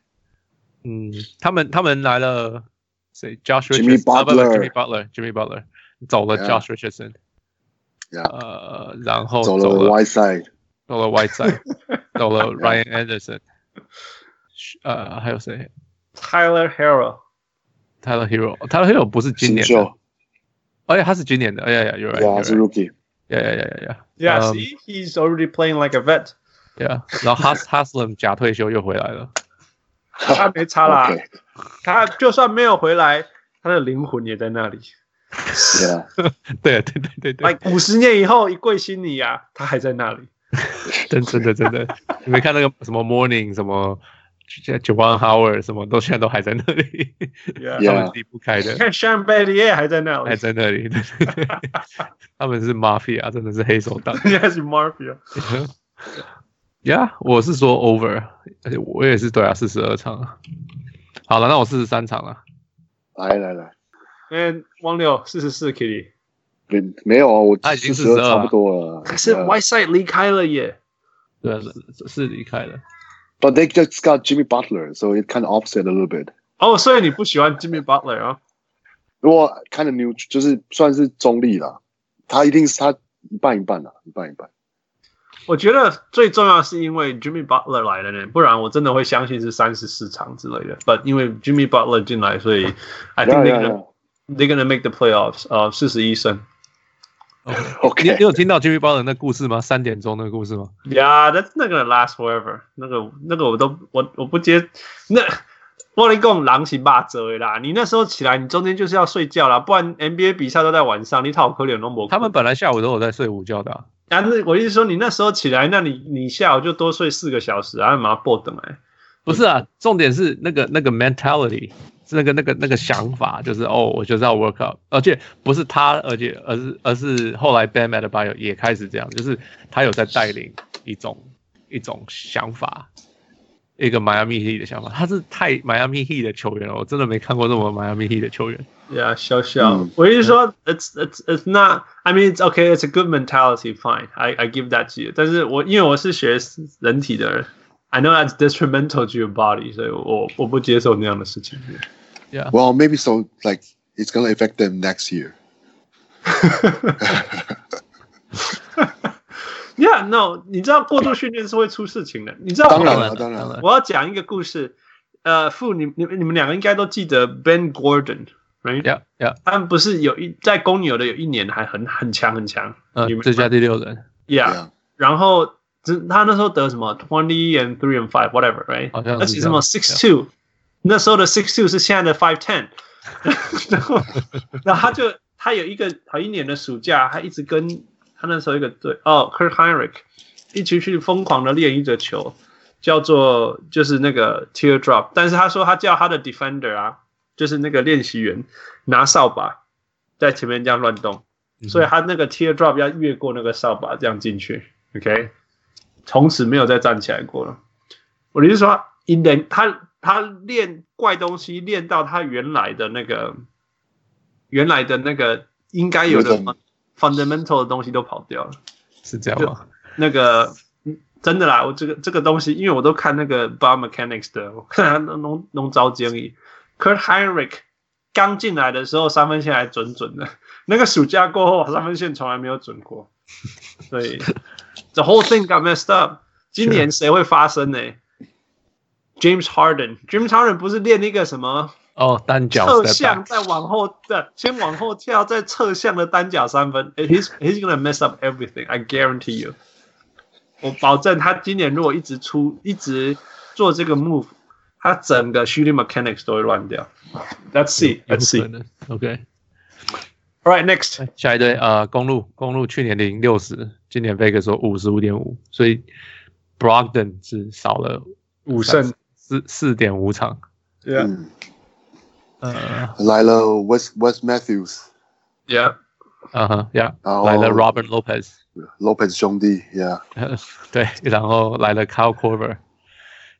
[SPEAKER 2] 嗯，他们他们来了谁？Josh
[SPEAKER 3] Jimmy
[SPEAKER 2] Richardson，啊不不
[SPEAKER 3] Butler
[SPEAKER 2] Jimmy Butler，Jimmy Butler 走了
[SPEAKER 3] Yeah
[SPEAKER 2] Josh Richardson，
[SPEAKER 3] Yeah
[SPEAKER 2] 呃，然后
[SPEAKER 3] 走
[SPEAKER 2] 走
[SPEAKER 3] 了
[SPEAKER 2] 了
[SPEAKER 3] White Side，
[SPEAKER 2] 走了 Whiteside，走了
[SPEAKER 3] Yeah
[SPEAKER 2] Ryan Anderson，呃，还有谁
[SPEAKER 1] Tyler Harrell。
[SPEAKER 2] ？Tyler Hero，Tyler Hero 不是今
[SPEAKER 3] 新
[SPEAKER 2] 年
[SPEAKER 3] 秀
[SPEAKER 2] 的，，哎，他是今年的，哎呀呀，You're
[SPEAKER 3] 对啊，是
[SPEAKER 2] right，Yeah
[SPEAKER 3] Rookie。
[SPEAKER 2] Yeah Yeah
[SPEAKER 1] Yeah,
[SPEAKER 2] Um,
[SPEAKER 1] see, he's already playing like a vet.
[SPEAKER 2] Yeah，然后 Has Haslam 假退休又回来了，
[SPEAKER 1] 他没差啦。
[SPEAKER 3] OK，
[SPEAKER 1] 他就算没有回来，他的灵魂也在那里。
[SPEAKER 3] yeah，
[SPEAKER 2] 对对对对对。
[SPEAKER 1] 来五十年以后，一跪心里啊，他还在那里。
[SPEAKER 2] 真真的真的，你没看那个什么 Morning 什么 j o a n Howard 什么都现在都还在那里，
[SPEAKER 1] Yeah，
[SPEAKER 2] 他
[SPEAKER 3] Yeah
[SPEAKER 2] 们离不开
[SPEAKER 1] 你
[SPEAKER 2] 的，
[SPEAKER 1] 看 Sean b a d i e 还在那
[SPEAKER 2] 还
[SPEAKER 1] 里，
[SPEAKER 2] 在那里。对 对对他们是 Mafia，真的是黑手党。
[SPEAKER 1] 人家是 Mafia。
[SPEAKER 2] Yeah，我是说 Over，而且我也是对啊，四十二场啊。好了，那我四十三场了。
[SPEAKER 3] 来来来，
[SPEAKER 1] 嗯，汪六四十四 Kitty，
[SPEAKER 3] 没没有啊，我
[SPEAKER 2] 他已经
[SPEAKER 3] 42
[SPEAKER 2] 42了
[SPEAKER 3] 差不多了。
[SPEAKER 1] 可是
[SPEAKER 3] uh, yeah
[SPEAKER 1] Whiteside 离开了耶。
[SPEAKER 2] 对啊，是是离开了。
[SPEAKER 3] But they just got Jimmy Butler, so it kind of offset a little bit.
[SPEAKER 1] 哦，所以你不喜欢 Jimmy Butler 啊？
[SPEAKER 3] 如果 kind of new 就是算是中立啦，他一定是他一半一半啦，一半一半。
[SPEAKER 1] 我觉得最重要是因为 Jimmy Butler 来了呢，不然我真的会相信是三十四场之类的。But 因为 Jimmy Butler 进来，所以 I think they're gonna they're gonna make the playoffs。呃，四十一胜。
[SPEAKER 2] 你你
[SPEAKER 3] OK，
[SPEAKER 2] 有听到 Jimmy Butler 那故事吗？三点钟那个故事吗？
[SPEAKER 1] Yeah, that's not gonna last forever。那个那个我都我我不接那。我跟你讲，狼行霸折啦！你那时候起来，你中间就是要睡觉啦，不然 NBA 比赛都在晚上，你讨可怜都没。
[SPEAKER 2] 他们本来下午都有在睡午觉的、啊，
[SPEAKER 1] 啊，那我意思说，你那时候起来，那你你下午就多睡四个小时啊，马上爆等哎。
[SPEAKER 2] 不是啊？重点是那个那个 mentality，是那个那个那个想法，就是哦，我就是要 work out，而且不是他，而且而是而是后来 Bam a d b a y o 也开始这样，就是他有在带领一种一种想法，一个 Miami Heat 的想法。他是太 Miami Heat 的球员了，我真的没看过那么 Miami Heat 的球员。
[SPEAKER 1] Yeah，笑笑
[SPEAKER 3] 嗯。
[SPEAKER 1] 我意思说，it's it's it's not. I mean, it's okay. It's a good mentality. Fine, I I give that to you. 但是我因为我是学人体的人，I know that's detrimental to your body，所以我我不接受那样的事情。
[SPEAKER 3] Well, maybe so. Like it's gonna affect them next year.
[SPEAKER 1] Yeah, no，你知道过度训练是会出事情的。你知道我
[SPEAKER 3] 当然了，
[SPEAKER 2] 了
[SPEAKER 3] 当然了。
[SPEAKER 1] 我要讲一个故事。呃，父，你你你们两个应该都记得 Ben Gordon，right？
[SPEAKER 2] 呀呀，
[SPEAKER 1] 他们不是有一在公牛的有一年还很很强很强
[SPEAKER 2] 嗯
[SPEAKER 1] 你，们
[SPEAKER 2] 最佳第六人，
[SPEAKER 1] ，Yeah。
[SPEAKER 3] Yeah，
[SPEAKER 1] 然后只他那时候得什么 twenty and three and five whatever，right？
[SPEAKER 2] 好像是
[SPEAKER 1] 而且什么 six two，那时候的 six two 是现在的 five ten，然后然后他就他有一个好一年的暑假，他一直跟他那时候一个队哦 Kirk Heinrich 一起去疯狂的练一个球，叫做就是那个 teardrop，但是他说他叫他的 defender 啊，就是那个练习员拿扫把在前面这样乱动，
[SPEAKER 2] 嗯
[SPEAKER 1] 所以他那个 teardrop 要越过那个扫把这样进去，OK，从此没有再站起来过了。我的意思说，一练他他练怪东西练到他原来的那个原来的那个应该有的
[SPEAKER 3] 有种
[SPEAKER 1] fundamental 的东西都跑掉了。
[SPEAKER 2] 是这样吗？
[SPEAKER 1] 那个嗯真的啦，我这个这个东西，因为我都看那个 Bar Mechanics 的，我看他弄弄弄招建议。Kurt Heinrich 刚进来的时候，三分线还准准的，那个暑假过后，三分线从来没有准过。所以 the whole thing got messed up。今年谁会发生呢？James Harden，James Harden 不是练那个什么
[SPEAKER 2] 哦，单脚
[SPEAKER 1] 侧
[SPEAKER 2] step
[SPEAKER 1] 向，
[SPEAKER 2] back
[SPEAKER 1] 再往后的，先往后跳，再侧向的单脚三分。Eh, He's he's gonna mess up everything. I guarantee you. 我保证他今年如果一直出，一直做这个 move，他整个 shooting mechanics 都会乱掉。Let's see,
[SPEAKER 2] 有
[SPEAKER 1] let's
[SPEAKER 2] 可
[SPEAKER 1] see.
[SPEAKER 2] 能。OK。
[SPEAKER 1] All right, next.
[SPEAKER 2] 下一队呃，公路公路去年零六十，今年 Vegas 说五十五点五，所以 Brogdon 是少了
[SPEAKER 1] 五胜
[SPEAKER 2] 四四点五场。
[SPEAKER 1] ，Yeah,
[SPEAKER 3] 嗯，
[SPEAKER 2] 呃，
[SPEAKER 3] 来了 West West Matthews，
[SPEAKER 1] yeah.
[SPEAKER 2] 嗯哼，Yeah，
[SPEAKER 1] 哦
[SPEAKER 3] 然后
[SPEAKER 2] 来了 Robert Lopez，
[SPEAKER 3] Lopez 兄弟，Yeah，
[SPEAKER 2] 呃对，然后来了 Kyle Korver、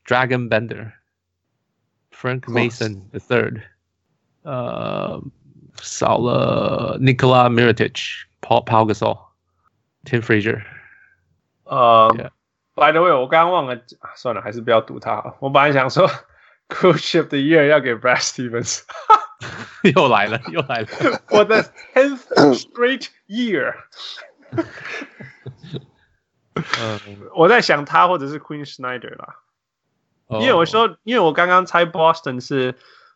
[SPEAKER 2] Dragon Bender、Frank Mason the Third，呃，少了 Nikola Mirotic、Paul Paul Gasol、Tim Frazier。
[SPEAKER 1] 呃
[SPEAKER 2] Yeah.
[SPEAKER 1] um, ，By the way，我刚刚忘了，啊算了，还是不要读他好了。我本来想说 Cool Ship 的 Year 要给 Brad Stevens，
[SPEAKER 2] 又来了，又 来了。
[SPEAKER 1] 我的 tenth straight year。
[SPEAKER 2] 嗯，
[SPEAKER 1] 我在想他或者是 Queen Schneider 啦，因为我
[SPEAKER 2] 哦
[SPEAKER 1] 说，因为我刚刚猜 Boston 是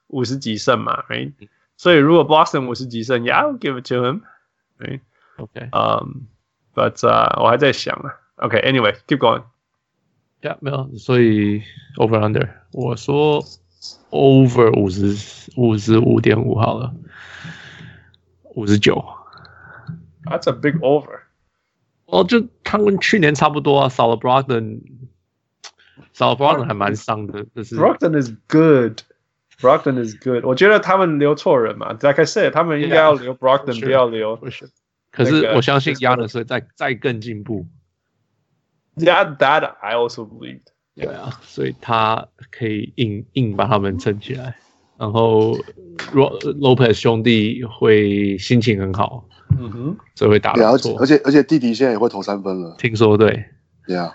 [SPEAKER 1] 五十几胜嘛，right？所以如果 Boston 五十几胜，Yeah，I'll give it to him，right？
[SPEAKER 2] 哦 OK，
[SPEAKER 1] 嗯、um,，But、uh, 我还在想啊。OK，anyway，keep、going。
[SPEAKER 2] Yeah，没有，所以 over under，我说 over 五十五十五点五好了，五十九。
[SPEAKER 1] That's a big over。
[SPEAKER 2] 哦，就他们去年差不多啊，少了 Brogdon，少了 Brogdon 还蛮伤的，就是。
[SPEAKER 1] Brockton is good。Brockton is good。我觉得他们留错人嘛，Like I said，他们应该要留 Brockton，、
[SPEAKER 2] 是
[SPEAKER 1] 不要留。那
[SPEAKER 2] 可是
[SPEAKER 1] 个
[SPEAKER 2] 我相信 Yanis 会再再更进步，
[SPEAKER 1] Yeah, that I also believed。
[SPEAKER 2] 对啊，所以他可以硬硬把他们撑起来。然后，Ro Lopez 兄弟会心情很好，
[SPEAKER 1] 嗯哼。
[SPEAKER 2] 所以会打
[SPEAKER 3] 对
[SPEAKER 2] 得
[SPEAKER 3] 啊，
[SPEAKER 2] 不
[SPEAKER 3] 而且
[SPEAKER 2] 错
[SPEAKER 3] 而。且而且弟弟现在也会投三分了
[SPEAKER 2] 听说对，
[SPEAKER 3] ，Yeah，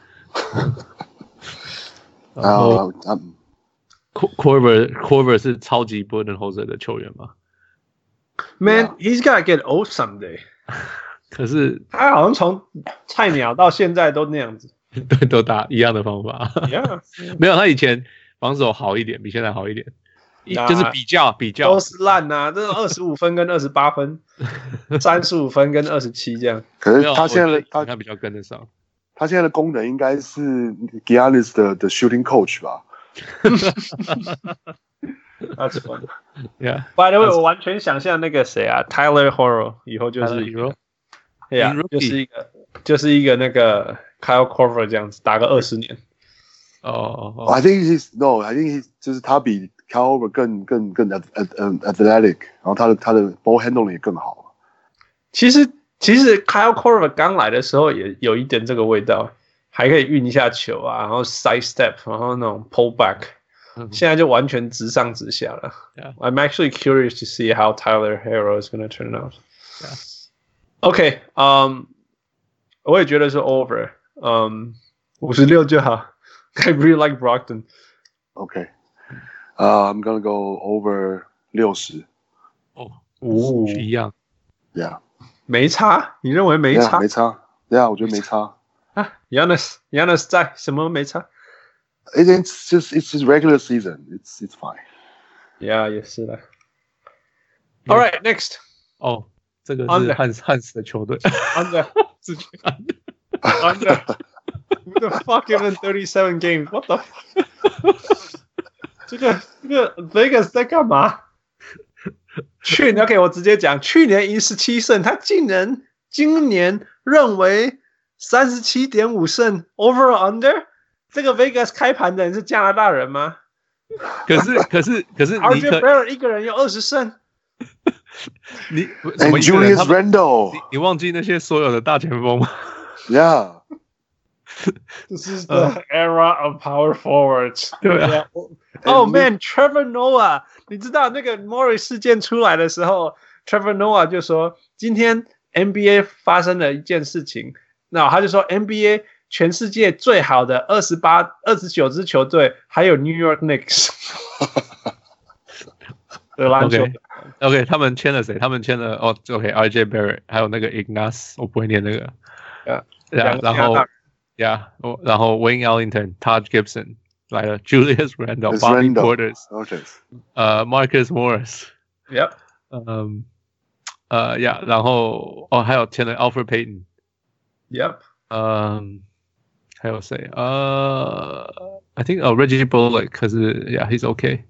[SPEAKER 2] 然
[SPEAKER 3] 然
[SPEAKER 2] 后
[SPEAKER 3] 后他嗯
[SPEAKER 2] Cor- Corver Corver 是超级 b u r d e n h o s e r 的球员嘛？
[SPEAKER 1] Man, he's gotta get old someday.
[SPEAKER 2] 可是
[SPEAKER 1] 他好像从菜鸟到现在都那样子。啊
[SPEAKER 2] 对都打一样的方法，
[SPEAKER 1] Yeah，
[SPEAKER 2] 没有他以前防守好一点，比现在好一点，一
[SPEAKER 1] 那
[SPEAKER 2] 就是比较比较
[SPEAKER 1] 都是烂呐、啊，这二十五分跟二十八分，三十五分跟二十七这样。
[SPEAKER 3] 可
[SPEAKER 2] 没
[SPEAKER 3] 是
[SPEAKER 2] 有。
[SPEAKER 3] 他现在
[SPEAKER 2] 我
[SPEAKER 3] 的
[SPEAKER 2] 觉得
[SPEAKER 3] 他
[SPEAKER 2] 他比较跟得上，
[SPEAKER 3] 他现在的功能应该是 Giannis 的的 shooting coach 吧？
[SPEAKER 1] That's fun.
[SPEAKER 2] yeah，
[SPEAKER 1] By the way，我完全想象那个谁啊，Tyler Horror 以后就是
[SPEAKER 2] 比如
[SPEAKER 1] 对呀
[SPEAKER 2] In，rookie
[SPEAKER 1] 就是一个就是一个那个 Kyle Korver 这样子打个二十年。
[SPEAKER 2] 哦哦哦
[SPEAKER 3] I think he's no, I think he's 就是他比 c a l v e r 更更更 ath- ath- 嗯 athletic，然后他的他的 ball handling 也更好。
[SPEAKER 1] 其实其实 Kyle Korver 刚来的时候也有一点这个味道，还可以运一下球啊，然后 side step，然后那种 pull back。
[SPEAKER 2] 嗯
[SPEAKER 1] 现在就完全直上直下了。
[SPEAKER 2] Yeah.
[SPEAKER 1] I'm actually curious to see how Tyler Hero is going to turn out.
[SPEAKER 2] Yeah.
[SPEAKER 1] OK，嗯、我也觉得是 over，嗯、五十六就好。I really like Brockton。
[SPEAKER 3] OK，呃、i m gonna go over 六十
[SPEAKER 2] 哦，
[SPEAKER 1] 哦
[SPEAKER 2] 是一样，
[SPEAKER 3] ，Yeah，
[SPEAKER 1] 没差？你认为没差
[SPEAKER 3] yeah, 没差，Yeah，我觉得没差。
[SPEAKER 1] 啊？Yanis Yanis 在什么没差
[SPEAKER 3] It, it's just it's just regular season. It's it's fine.
[SPEAKER 1] ？Yeah，也是啦。All right, next
[SPEAKER 2] 哦，这个是
[SPEAKER 1] Under
[SPEAKER 2] 汉斯汉斯的球队，
[SPEAKER 1] under
[SPEAKER 2] 自己看
[SPEAKER 1] under. Who the fuck given thirty seven games? What the? fuck？这个这个 Vegas 在干嘛？去年 OK，我直接讲，去年赢十七胜，他竟然今年认为三十七点五胜 over or under。这个 Vegas 开盘的人是加拿大人吗
[SPEAKER 2] 可是可是可是尼
[SPEAKER 1] ？RJ
[SPEAKER 2] 克
[SPEAKER 1] Barrett 一个人有二十胜。
[SPEAKER 2] 你什
[SPEAKER 3] And
[SPEAKER 2] 么一个人
[SPEAKER 3] Julius
[SPEAKER 2] 他们
[SPEAKER 3] Randle,
[SPEAKER 2] 你你忘记那些所有的大前锋吗？
[SPEAKER 3] yeah.
[SPEAKER 1] This is
[SPEAKER 2] Uh.
[SPEAKER 1] the era of power forwards.
[SPEAKER 2] 对啊
[SPEAKER 1] Oh
[SPEAKER 3] And
[SPEAKER 1] man, Trevor Noah，你知道那个 Morris 事件出来的时候，Trevor Noah 就说，今天 NBA 发生了一件事情，那他就说 NBA 全世界最好的二十八、二十九支球队，还有 New York Knicks。的篮球
[SPEAKER 2] OK，OK，他们签了谁？他们签了哦，OK，RJ Barrett，还有那个 Ignas，我不会念那个
[SPEAKER 1] Yeah，，两
[SPEAKER 2] 然
[SPEAKER 1] 个
[SPEAKER 2] 然
[SPEAKER 1] 加拿
[SPEAKER 2] 后
[SPEAKER 1] 大人
[SPEAKER 2] Yeah，我然后 Wayne Ellington、Todd Gibson 来了，Julius Randle、
[SPEAKER 3] It's
[SPEAKER 2] Bobby
[SPEAKER 3] Randle
[SPEAKER 2] Porters，
[SPEAKER 3] Okay.
[SPEAKER 2] 呃，Marcus Morris，
[SPEAKER 1] Yep，
[SPEAKER 2] 嗯，呃，Yeah，然后哦，还有签了 Alfred Payton，
[SPEAKER 1] Yep，
[SPEAKER 2] 嗯，还有谁？呃，I Uh, think 哦，Reggie Bullock，可是 Yeah，he's okay。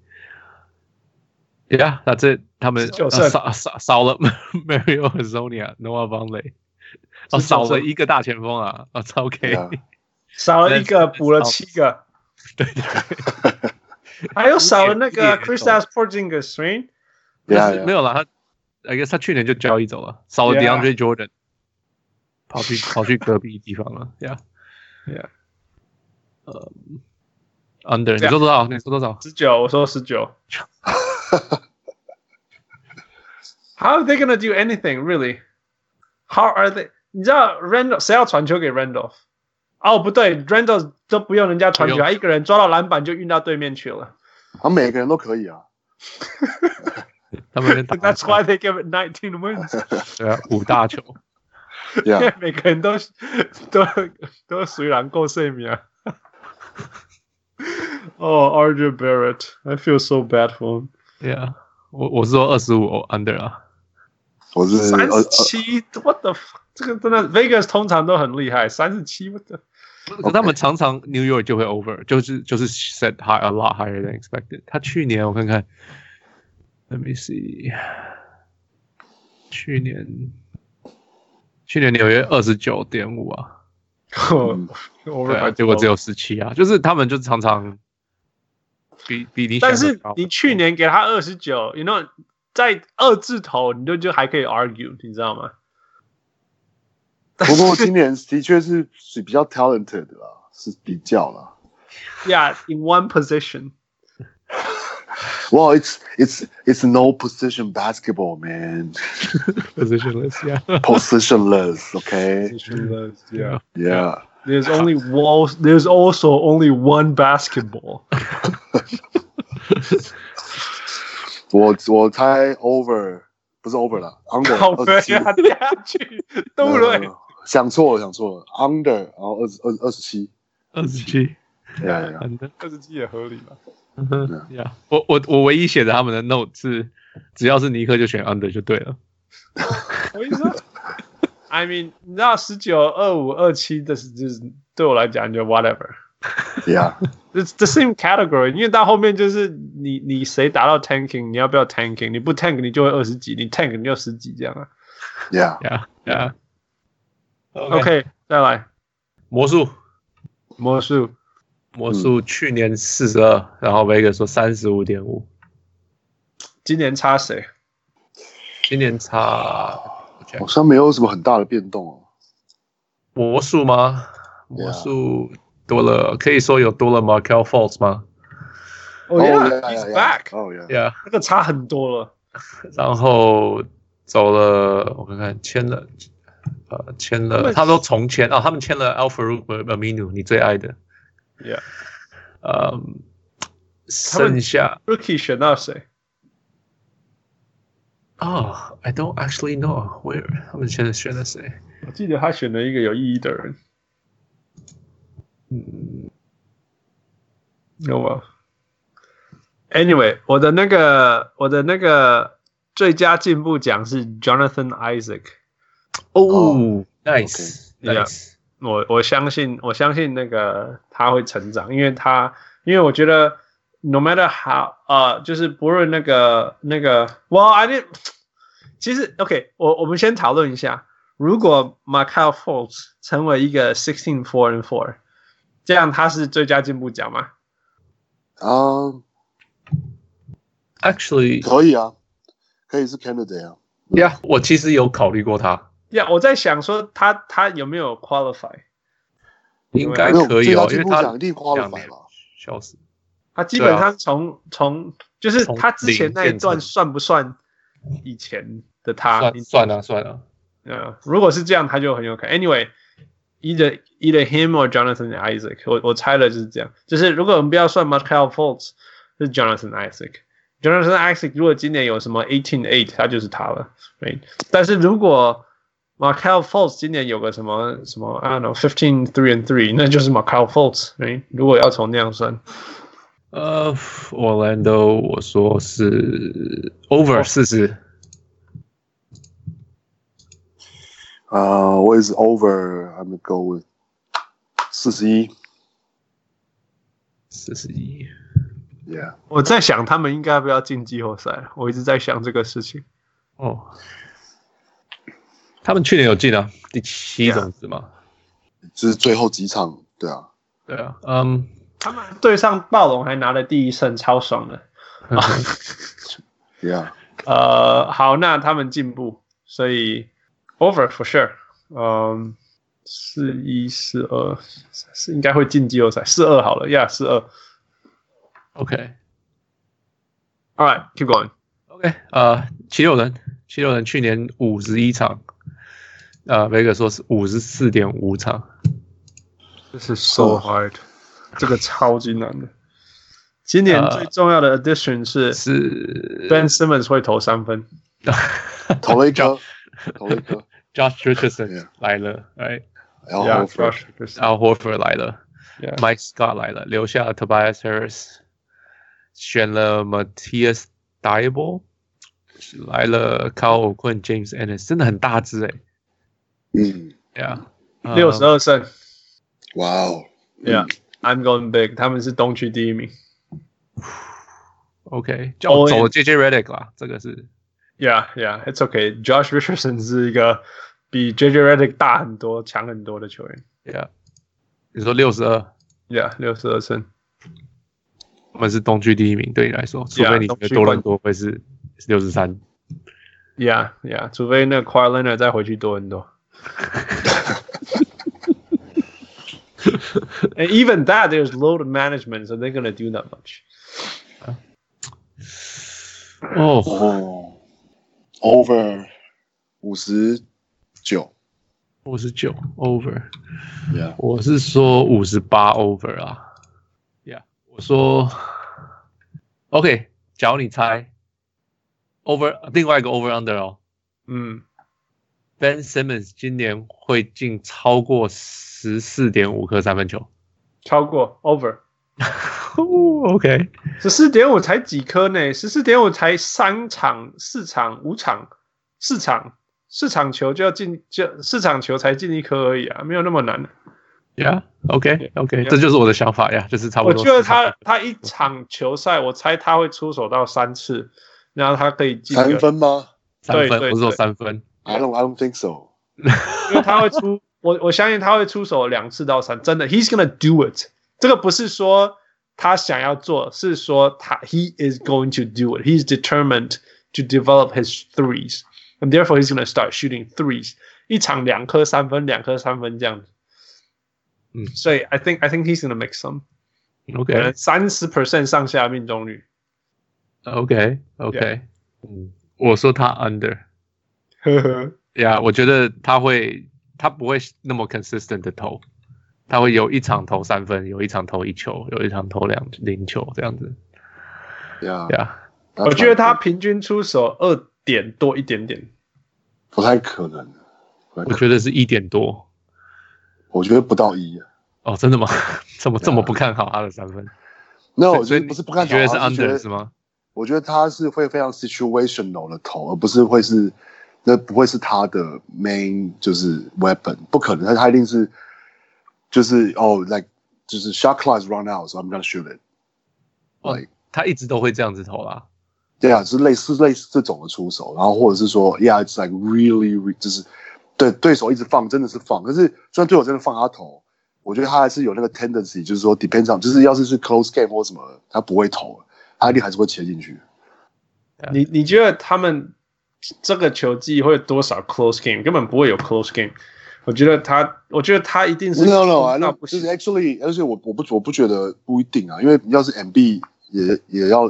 [SPEAKER 2] Yeah，那这他们
[SPEAKER 1] 19
[SPEAKER 2] 呃
[SPEAKER 1] 胜
[SPEAKER 2] 少少少了 Mario Hazonia、Noah Oh, Vonley，哦，
[SPEAKER 1] 19
[SPEAKER 2] 少了
[SPEAKER 1] 胜
[SPEAKER 2] 一个大前锋啊，哦，超 OK，
[SPEAKER 3] Yeah
[SPEAKER 1] 少了一个，
[SPEAKER 2] That's-
[SPEAKER 1] 补了七个，
[SPEAKER 2] 对对对。
[SPEAKER 1] 还有少了那
[SPEAKER 2] 一点
[SPEAKER 1] 个
[SPEAKER 2] 一点
[SPEAKER 1] Kristaps Porzingis，right？
[SPEAKER 2] 但
[SPEAKER 3] Yeah,
[SPEAKER 2] 是
[SPEAKER 3] yeah.
[SPEAKER 2] 没有啦，他 I guess 他去年就交易走了，少了
[SPEAKER 1] Yeah
[SPEAKER 2] DeAndre Jordan，跑去跑去隔壁地方了，Yeah Um,
[SPEAKER 1] Yeah
[SPEAKER 2] 呃，Under 你
[SPEAKER 1] 这样
[SPEAKER 2] 说多少？你说多少？
[SPEAKER 1] 十九，我说十九。How are they gonna do anything really? How are they？你知道 Randolph 谁要传球给 Randolph？哦，Oh, 不对，Randolph 都不用人家传球，
[SPEAKER 2] 不用
[SPEAKER 1] 他一个人抓到篮板就运到对面去了。
[SPEAKER 3] 他每个人都可以啊。
[SPEAKER 2] 他们打
[SPEAKER 1] That's why they give it nineteen wins 。
[SPEAKER 2] 对啊，五大球
[SPEAKER 1] 因
[SPEAKER 3] Yeah.
[SPEAKER 1] 为每个人都都都属于狼够睡眠。 哦、a Oh, r j u Barrett，I feel so bad for him。
[SPEAKER 2] ，Yeah，我我是说二十五 Under 啊，
[SPEAKER 3] 我是
[SPEAKER 1] 三
[SPEAKER 3] 呃
[SPEAKER 1] 十七，what the fuck？这个真的，Vegas 通常都很厉害，三十七，what the？
[SPEAKER 2] 可他们常常 New York 就会 over，就是就是 set high a lot higher than expected。他去年我看看，Let me see，去年去年纽约二十九点五啊，
[SPEAKER 3] 嗯
[SPEAKER 1] over
[SPEAKER 2] 对啊，结果只有十七啊，就是他们就常常比比你想
[SPEAKER 1] 但
[SPEAKER 2] 的
[SPEAKER 1] 是
[SPEAKER 2] 高
[SPEAKER 1] 你去年给他二十九，you know，在二字头你就就还可以 argue，你知道吗？
[SPEAKER 3] 不过今年的确是是比较 talented 的啦，是比较啦。
[SPEAKER 1] Yeah，in one position，
[SPEAKER 3] Well, it's it's it's no position basketball, man.
[SPEAKER 2] positionless yeah
[SPEAKER 3] Positionless, okay?
[SPEAKER 1] yeah。
[SPEAKER 3] Yeah.
[SPEAKER 1] There's only walls. There's also only one basketball.
[SPEAKER 3] 我我猜 over 不不是 over 了，under
[SPEAKER 1] 靠背
[SPEAKER 3] 二十七，
[SPEAKER 1] 啊，掉下去，对
[SPEAKER 3] 没有没有没有想错了，想错了，under，然后二十二二十七，
[SPEAKER 2] 二十 七，
[SPEAKER 3] 对啊对啊，
[SPEAKER 2] 真的。
[SPEAKER 1] 二十七也合理吧？
[SPEAKER 2] 嗯哼，yeah. 我我我唯一写的他们的 note 是，只要是尼克就选 under 就对了。
[SPEAKER 1] 我跟你说，I mean，你知道十九、二五、二七，这是就是对我来讲就 whatever。
[SPEAKER 3] 对啊，
[SPEAKER 1] It's the same category，因为到后面就是你你谁达到 tanking，你要不要 tanking？你不 tank 你就会二十几，你 tank 你就十几这样啊。
[SPEAKER 3] 对啊，
[SPEAKER 2] Yeah, yeah.
[SPEAKER 1] OK，再来
[SPEAKER 2] 魔术，
[SPEAKER 1] 魔术，
[SPEAKER 2] 魔术去年四十二，然后 Vega 说三十五点五，
[SPEAKER 1] 今年差谁？
[SPEAKER 2] 今年差
[SPEAKER 3] 好像没有什么很大的变动哦。
[SPEAKER 2] 魔术吗？魔术多了，可以说有多了 Markel f a l t 吗
[SPEAKER 1] 哦
[SPEAKER 3] 哦
[SPEAKER 1] ，Yeah，he's back，
[SPEAKER 3] 哦呀，
[SPEAKER 2] ？Yeah，
[SPEAKER 1] 那个差很多了。
[SPEAKER 2] 然后走了，我看看签了，呃，签
[SPEAKER 1] 他
[SPEAKER 2] 了，
[SPEAKER 1] 们
[SPEAKER 2] 他都重签啊，他们签了 Alfred Aminu，你最爱的，
[SPEAKER 1] Yeah，
[SPEAKER 2] 呃，剩下
[SPEAKER 1] Rookie 选到谁？
[SPEAKER 2] 啊、i Oh, don't actually know where 他们现在选的谁。
[SPEAKER 1] 我记得他选了一个有意义的人。嗯，有吗？Anyway，我的那个我的那个最佳进步奖是 Jonathan Isaac。
[SPEAKER 3] Oh.
[SPEAKER 2] 哦、n i c e
[SPEAKER 1] Yeah
[SPEAKER 2] Oh, nice，
[SPEAKER 1] 我我相信，我相信那个他会成长，因为他，因为我觉得，no matter how，呃，就是不论那个那个，well I did，其实 OK，我我们先讨论一下，如果 m a c a u f o l t s 成为一个 sixteen four and four，这样他是最佳进步奖吗？
[SPEAKER 3] 啊，
[SPEAKER 2] Actually，
[SPEAKER 3] 可以啊，可以是 candidate 啊，
[SPEAKER 2] 呀，我其实有考虑过他，
[SPEAKER 1] 呀、我在想说他他有没有 qualify，
[SPEAKER 2] 应该
[SPEAKER 3] 没有
[SPEAKER 2] 可以
[SPEAKER 3] 最
[SPEAKER 2] 哦因
[SPEAKER 3] 佳，
[SPEAKER 2] 为
[SPEAKER 3] 进步
[SPEAKER 2] 他
[SPEAKER 3] 奖一定花了
[SPEAKER 2] 两
[SPEAKER 3] 百
[SPEAKER 2] 年
[SPEAKER 3] 吧？
[SPEAKER 2] 笑死。
[SPEAKER 1] 他基本上从、从就是
[SPEAKER 2] 啊从
[SPEAKER 1] 他之前
[SPEAKER 2] 零
[SPEAKER 1] 那一
[SPEAKER 2] 变
[SPEAKER 1] 段
[SPEAKER 2] 成
[SPEAKER 1] 算不算以前的他？
[SPEAKER 2] 算
[SPEAKER 1] 你
[SPEAKER 2] 算了算了，
[SPEAKER 1] 呃，如果是这样，他就很有可能。Anyway，either either him or Jonathan Isaac，我我猜了就是这样。就是如果我们不要算 Michael Fultz，是 Jonathan Isaac。Jonathan Isaac 如果今年有什么 eighteen eight，他就是他了，right？但是如果 Michael Fultz 今年有个什么什么 I don't know fifteen three and three，那就是 Michael Fultz，right？如果要从那样算，
[SPEAKER 2] 呃，Orlando，我说是 over 四十，
[SPEAKER 3] 啊，我也是 over，I'm gonna go with 四十一
[SPEAKER 2] 四十一。
[SPEAKER 3] ，yeah，
[SPEAKER 1] 我在想他们应该要不要进季后赛，我一直在想这个事情。
[SPEAKER 2] 哦，他们去年有进啊，第七种子嘛。
[SPEAKER 3] 就是最后几场，对啊，
[SPEAKER 2] 对啊，嗯，
[SPEAKER 1] 他们对上暴龙还拿了第一胜，超爽的。
[SPEAKER 3] Yeah，
[SPEAKER 1] 呃，好，那他们进步，所以 over for sure。嗯，四一四二是应该会进季后赛，四二好了呀，四二。
[SPEAKER 2] OK
[SPEAKER 1] All right, keep going.
[SPEAKER 2] OK，呃，七六人，七六人去年五十一场，呃，维格说是五十四点五场。
[SPEAKER 1] This is so hard，、这个超级难的。今年最重要的 addition 是
[SPEAKER 2] 是
[SPEAKER 1] Ben Simmons 会投三分。
[SPEAKER 3] 投了一颗，投了 一颗，
[SPEAKER 2] Josh Richardson
[SPEAKER 3] Yeah
[SPEAKER 2] 来了，Right，
[SPEAKER 3] 然后
[SPEAKER 1] Yeah,
[SPEAKER 3] 哦 over，
[SPEAKER 1] Josh, Richardson.
[SPEAKER 2] Al Horford 来了
[SPEAKER 1] Yeah.
[SPEAKER 2] ，Mike Scott 来了，留下 Tobias Harris，选了 Matthias d i b l 来了 c a r l 困 James Ennis，真的很大只哎、
[SPEAKER 3] 嗯，
[SPEAKER 2] 欸，yeah，
[SPEAKER 1] 六十
[SPEAKER 2] 呃
[SPEAKER 1] 二胜
[SPEAKER 3] 哇哦，
[SPEAKER 1] ，Yeah，I'm going big。他们是东区第一名。
[SPEAKER 2] ，OK，叫
[SPEAKER 1] All
[SPEAKER 2] 我
[SPEAKER 1] in
[SPEAKER 2] 走了 JJ Redick 啦，这个是
[SPEAKER 1] Yeah, yeah, it's okay. Josh Richardson 是一个比 JJ Redick 大很多、强很多的球员。
[SPEAKER 2] ，Yeah，你说六十二，
[SPEAKER 1] Yeah，六十二胜。
[SPEAKER 2] 我们是东区第一名，对你来说，除
[SPEAKER 1] Yeah，
[SPEAKER 2] 非你觉
[SPEAKER 1] 东
[SPEAKER 2] 得
[SPEAKER 1] 区
[SPEAKER 2] 多
[SPEAKER 1] 冠
[SPEAKER 2] 伦多会是六十三，
[SPEAKER 1] Yeah, yeah，除非那 q u a r l e n a 再回去多很 多。And even that, there's load management, so they're gonna do that much.
[SPEAKER 2] 哦，
[SPEAKER 3] 哦，over 五十九
[SPEAKER 2] 五十九 over。
[SPEAKER 3] ，Yeah，
[SPEAKER 2] 我是说五十八 over 啊，Yeah，我说 OK，只要你猜 over 另外一个 over under 哦
[SPEAKER 1] 嗯，
[SPEAKER 2] ，Ben Simmons 今年会进超过十四点五颗三分球。
[SPEAKER 1] 超过 over
[SPEAKER 2] 哦 OK，
[SPEAKER 1] 十四点五才几颗呢？十四点五才三场、四场、五场、四场、四场球就要进，就四场球才进一颗而已啊，没有那么难。
[SPEAKER 2] Yeah，OK，OK，、
[SPEAKER 1] Yeah.
[SPEAKER 2] 这就是我的想法呀就是差不
[SPEAKER 1] 我
[SPEAKER 2] 多。
[SPEAKER 1] 觉得他他一场球赛，我猜他会出手到三次，然后他可以进个
[SPEAKER 3] 三，分吗
[SPEAKER 2] 三分，
[SPEAKER 1] 对对
[SPEAKER 2] 我是说
[SPEAKER 1] 对
[SPEAKER 2] 三分。
[SPEAKER 3] ？I don't, I don't think so。
[SPEAKER 1] 因为他会出，我我相信他会出手两次到三，真的，He's gonna do it。这个不是说他想要做，是说他 He is going to do it. He's determined to develop his threes, and therefore he's gonna start shooting threes. 一场两颗三分，两颗三分这样子。
[SPEAKER 2] 嗯
[SPEAKER 1] 所以 I think I think he's gonna make some，可
[SPEAKER 2] OK，
[SPEAKER 1] 能三十 percent 上下命中率。
[SPEAKER 2] OK OK，、
[SPEAKER 1] Yeah
[SPEAKER 2] 嗯，我说他 under
[SPEAKER 1] 呵呵，
[SPEAKER 2] 呀我觉得他会，他不会那么 consistent 的投，他会有一场投三分，有一场投一球，有一场投两零球这样子
[SPEAKER 3] 呀，
[SPEAKER 2] 呀。
[SPEAKER 1] 我觉得他平均出手二点多一点点。
[SPEAKER 3] 不太可能，不太可
[SPEAKER 2] 我
[SPEAKER 3] 能
[SPEAKER 2] 觉得是一点多
[SPEAKER 3] 我觉得不到一。
[SPEAKER 2] 哦，真的吗？ 这么这么
[SPEAKER 3] Yeah
[SPEAKER 2] 不看好他的三分？
[SPEAKER 3] 那我
[SPEAKER 2] 所
[SPEAKER 3] 觉
[SPEAKER 2] 以
[SPEAKER 3] 得不是不看
[SPEAKER 2] 你
[SPEAKER 3] 好
[SPEAKER 2] 觉得
[SPEAKER 3] 啊，
[SPEAKER 2] 是
[SPEAKER 3] 我觉
[SPEAKER 2] under
[SPEAKER 3] 得
[SPEAKER 2] 是吗？
[SPEAKER 3] 我觉得他是会非常 situational 的投，而不是会是那不会是他的 main 就是 weapon，不可能，他他一定是就是哦、l i k e 就是 shot clock is run out，so I'm gonna shoot it。
[SPEAKER 2] 哦
[SPEAKER 3] Like
[SPEAKER 2] 他一直都会这样子投啦。
[SPEAKER 3] 对啊，是类似类似这种的出手，然后或者是说，Yeah，it's like really，, re- 就是对对手一直放，真的是放。可是虽然对手真的放他投，我觉得他还是有那个 tendency，就是说 depends on，就是要是是 close game 或什么，他不会投，他一定还是会切进去。
[SPEAKER 1] 你你觉得他们这个球季会有多少 close game？根本不会有 close game。我觉得他，我觉得他一定是
[SPEAKER 3] No no
[SPEAKER 1] 那
[SPEAKER 3] no，
[SPEAKER 1] 不
[SPEAKER 3] 就是哎
[SPEAKER 1] 行。
[SPEAKER 3] actually，而且我我不我不觉得不一定啊，因为要是 MB 也也要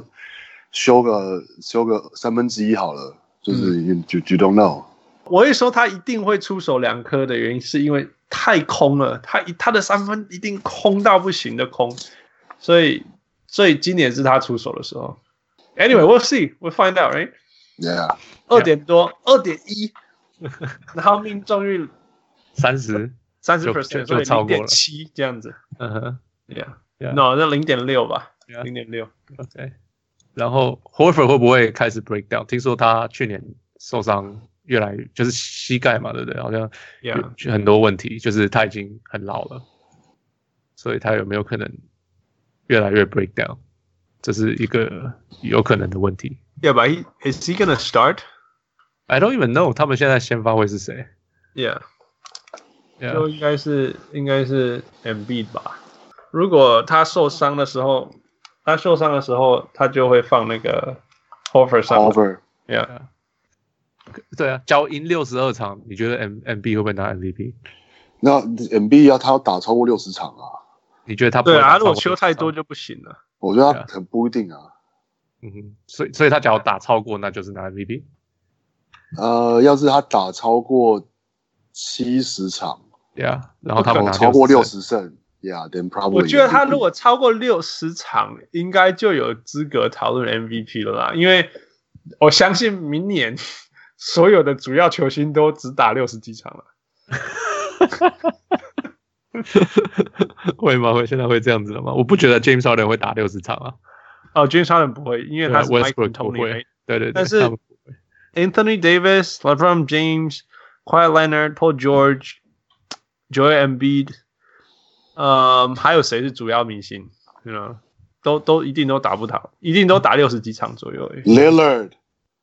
[SPEAKER 3] 修个修个三分之一好了，就是 you you, you don't know。
[SPEAKER 1] 我会说他一定会出手两颗的原因，是因为太空了，他一他的三分一定空到不行的空，所以所以今年是他出手的时候。Anyway，we'll see，we'll find out，right？
[SPEAKER 3] Yeah，
[SPEAKER 1] 二点多，二点一，然后命中率
[SPEAKER 2] 三十，
[SPEAKER 1] 三十
[SPEAKER 2] 就
[SPEAKER 1] percent，
[SPEAKER 2] 就
[SPEAKER 1] 所以
[SPEAKER 2] 超
[SPEAKER 1] 零
[SPEAKER 2] 过
[SPEAKER 1] 点
[SPEAKER 2] 了
[SPEAKER 1] 七这样子。
[SPEAKER 2] 嗯哼 Yeah
[SPEAKER 1] Yeah，no，那零点六吧，
[SPEAKER 2] Yeah
[SPEAKER 1] 零点六。
[SPEAKER 2] ，OK。然后 Horford 会不会开始 break down？听说他去年受伤越来越就是膝盖嘛，对不对？好像
[SPEAKER 1] Yeah，
[SPEAKER 2] 有很多问题，就是他已经很老了，所以他有没有可能越来越 break down？这是一个有可能的问题。
[SPEAKER 1] Yeah, but he, is he gonna start?
[SPEAKER 2] I don't even know 他们现在先发会是谁。
[SPEAKER 1] Yeah，
[SPEAKER 2] Yeah,
[SPEAKER 1] 就应该是应该是 MB 吧。如果他受伤的时候，他受伤的时候，他就会放那个 Hofer 上。
[SPEAKER 3] over
[SPEAKER 1] Yeah，
[SPEAKER 2] 对啊，交赢六十二场，你觉得 M M B 会不会拿 MVP？
[SPEAKER 3] 那 MB 要他要打超过六十场啊，
[SPEAKER 2] 你觉得他不会
[SPEAKER 1] 对
[SPEAKER 2] 打
[SPEAKER 1] 啊，
[SPEAKER 2] 超
[SPEAKER 1] 如
[SPEAKER 2] 过
[SPEAKER 1] 果修
[SPEAKER 2] 60
[SPEAKER 1] 太多
[SPEAKER 2] 场，
[SPEAKER 1] 就不行了。
[SPEAKER 3] 我觉得
[SPEAKER 2] Yeah
[SPEAKER 3] 他很不一定啊。
[SPEAKER 2] 嗯哼，所以所以他只要打超过，那就是拿 MVP。
[SPEAKER 3] 呃，要是他打超过七十场，哦
[SPEAKER 2] Yeah，然后他们拿
[SPEAKER 3] 超过六
[SPEAKER 2] 60
[SPEAKER 3] 十胜，Yeah，then probably
[SPEAKER 1] 我觉得他如果超过六十场，应该就有资格讨论 MVP 了啦。因为我相信明年所有的主要球星都只打六十几场了。
[SPEAKER 2] 会吗？会现在会这样子了吗？我不觉得 James Harden 会打六十场啊。
[SPEAKER 1] 哦，James Harden 不会，因为他是
[SPEAKER 2] w e
[SPEAKER 1] Mike
[SPEAKER 2] s t b r o o k 不
[SPEAKER 1] Conley
[SPEAKER 2] 会，对对对。
[SPEAKER 1] 但是
[SPEAKER 2] 他们
[SPEAKER 1] Anthony Davis, LeBron James, Kawhi Leonard, Paul George, Joel Embiid，嗯，还有谁是主要明星？你知道吗，都都一定都打不到，一定都打六十几场左右而已。
[SPEAKER 3] Lillard，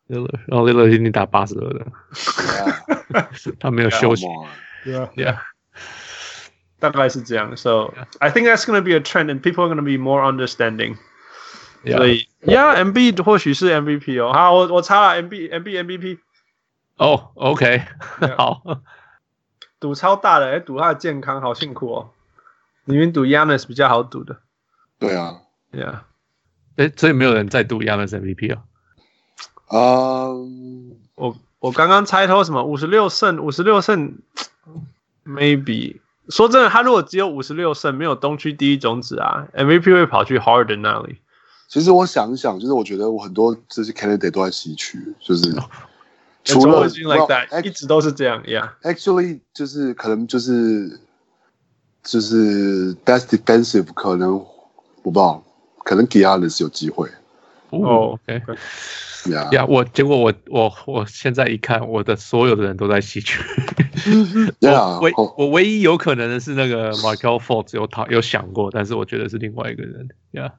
[SPEAKER 2] Lillard，然后 Lillard 已经打八十二的，
[SPEAKER 3] yeah，
[SPEAKER 2] 他没有
[SPEAKER 1] Yeah，
[SPEAKER 2] 休息。
[SPEAKER 3] come on
[SPEAKER 1] 对啊，
[SPEAKER 2] Yeah，
[SPEAKER 1] 大概是这样。So I think that's going to be a trend, and people are going to be more understanding. 所以，Yeah, MB 或许是 MVP 哦。好，我我查了 MB MB MVP，
[SPEAKER 2] 哦，OK，好，
[SPEAKER 1] 赌超大的，哎，赌他的健康，好辛苦哦。明明赌 Yanis 比较好赌的
[SPEAKER 3] 对啊，
[SPEAKER 1] ，Yeah。
[SPEAKER 2] 哎，所以没有人再赌一样的 MVP 啊。
[SPEAKER 3] 嗯，
[SPEAKER 1] 我我刚刚猜透什么？五十六胜，五十六胜，maybe。说真的，他如果只有五十六胜，没有东区第一种子啊，MVP 会跑去 Harden 那里。
[SPEAKER 3] 其实我想一想，就是我觉得我很多这些 candidate 都在西区，就是除
[SPEAKER 1] It's
[SPEAKER 3] 了
[SPEAKER 1] always been like that，
[SPEAKER 3] well,
[SPEAKER 1] 一直都是这样，Yeah。
[SPEAKER 3] Actually，就是可能就是就是 best defensive 可能我不知道，可能 Giannis 有机会
[SPEAKER 1] 哦
[SPEAKER 2] 哦，OK，
[SPEAKER 3] 呀。
[SPEAKER 2] 呀，我结果我我我现在一看，我的所有的人都在西区。
[SPEAKER 3] Yeah，
[SPEAKER 2] 我唯
[SPEAKER 3] 哦
[SPEAKER 2] 我唯一有可能的是那个 Michael f o x 有讨有想过，但是我觉得是另外一个人。Yeah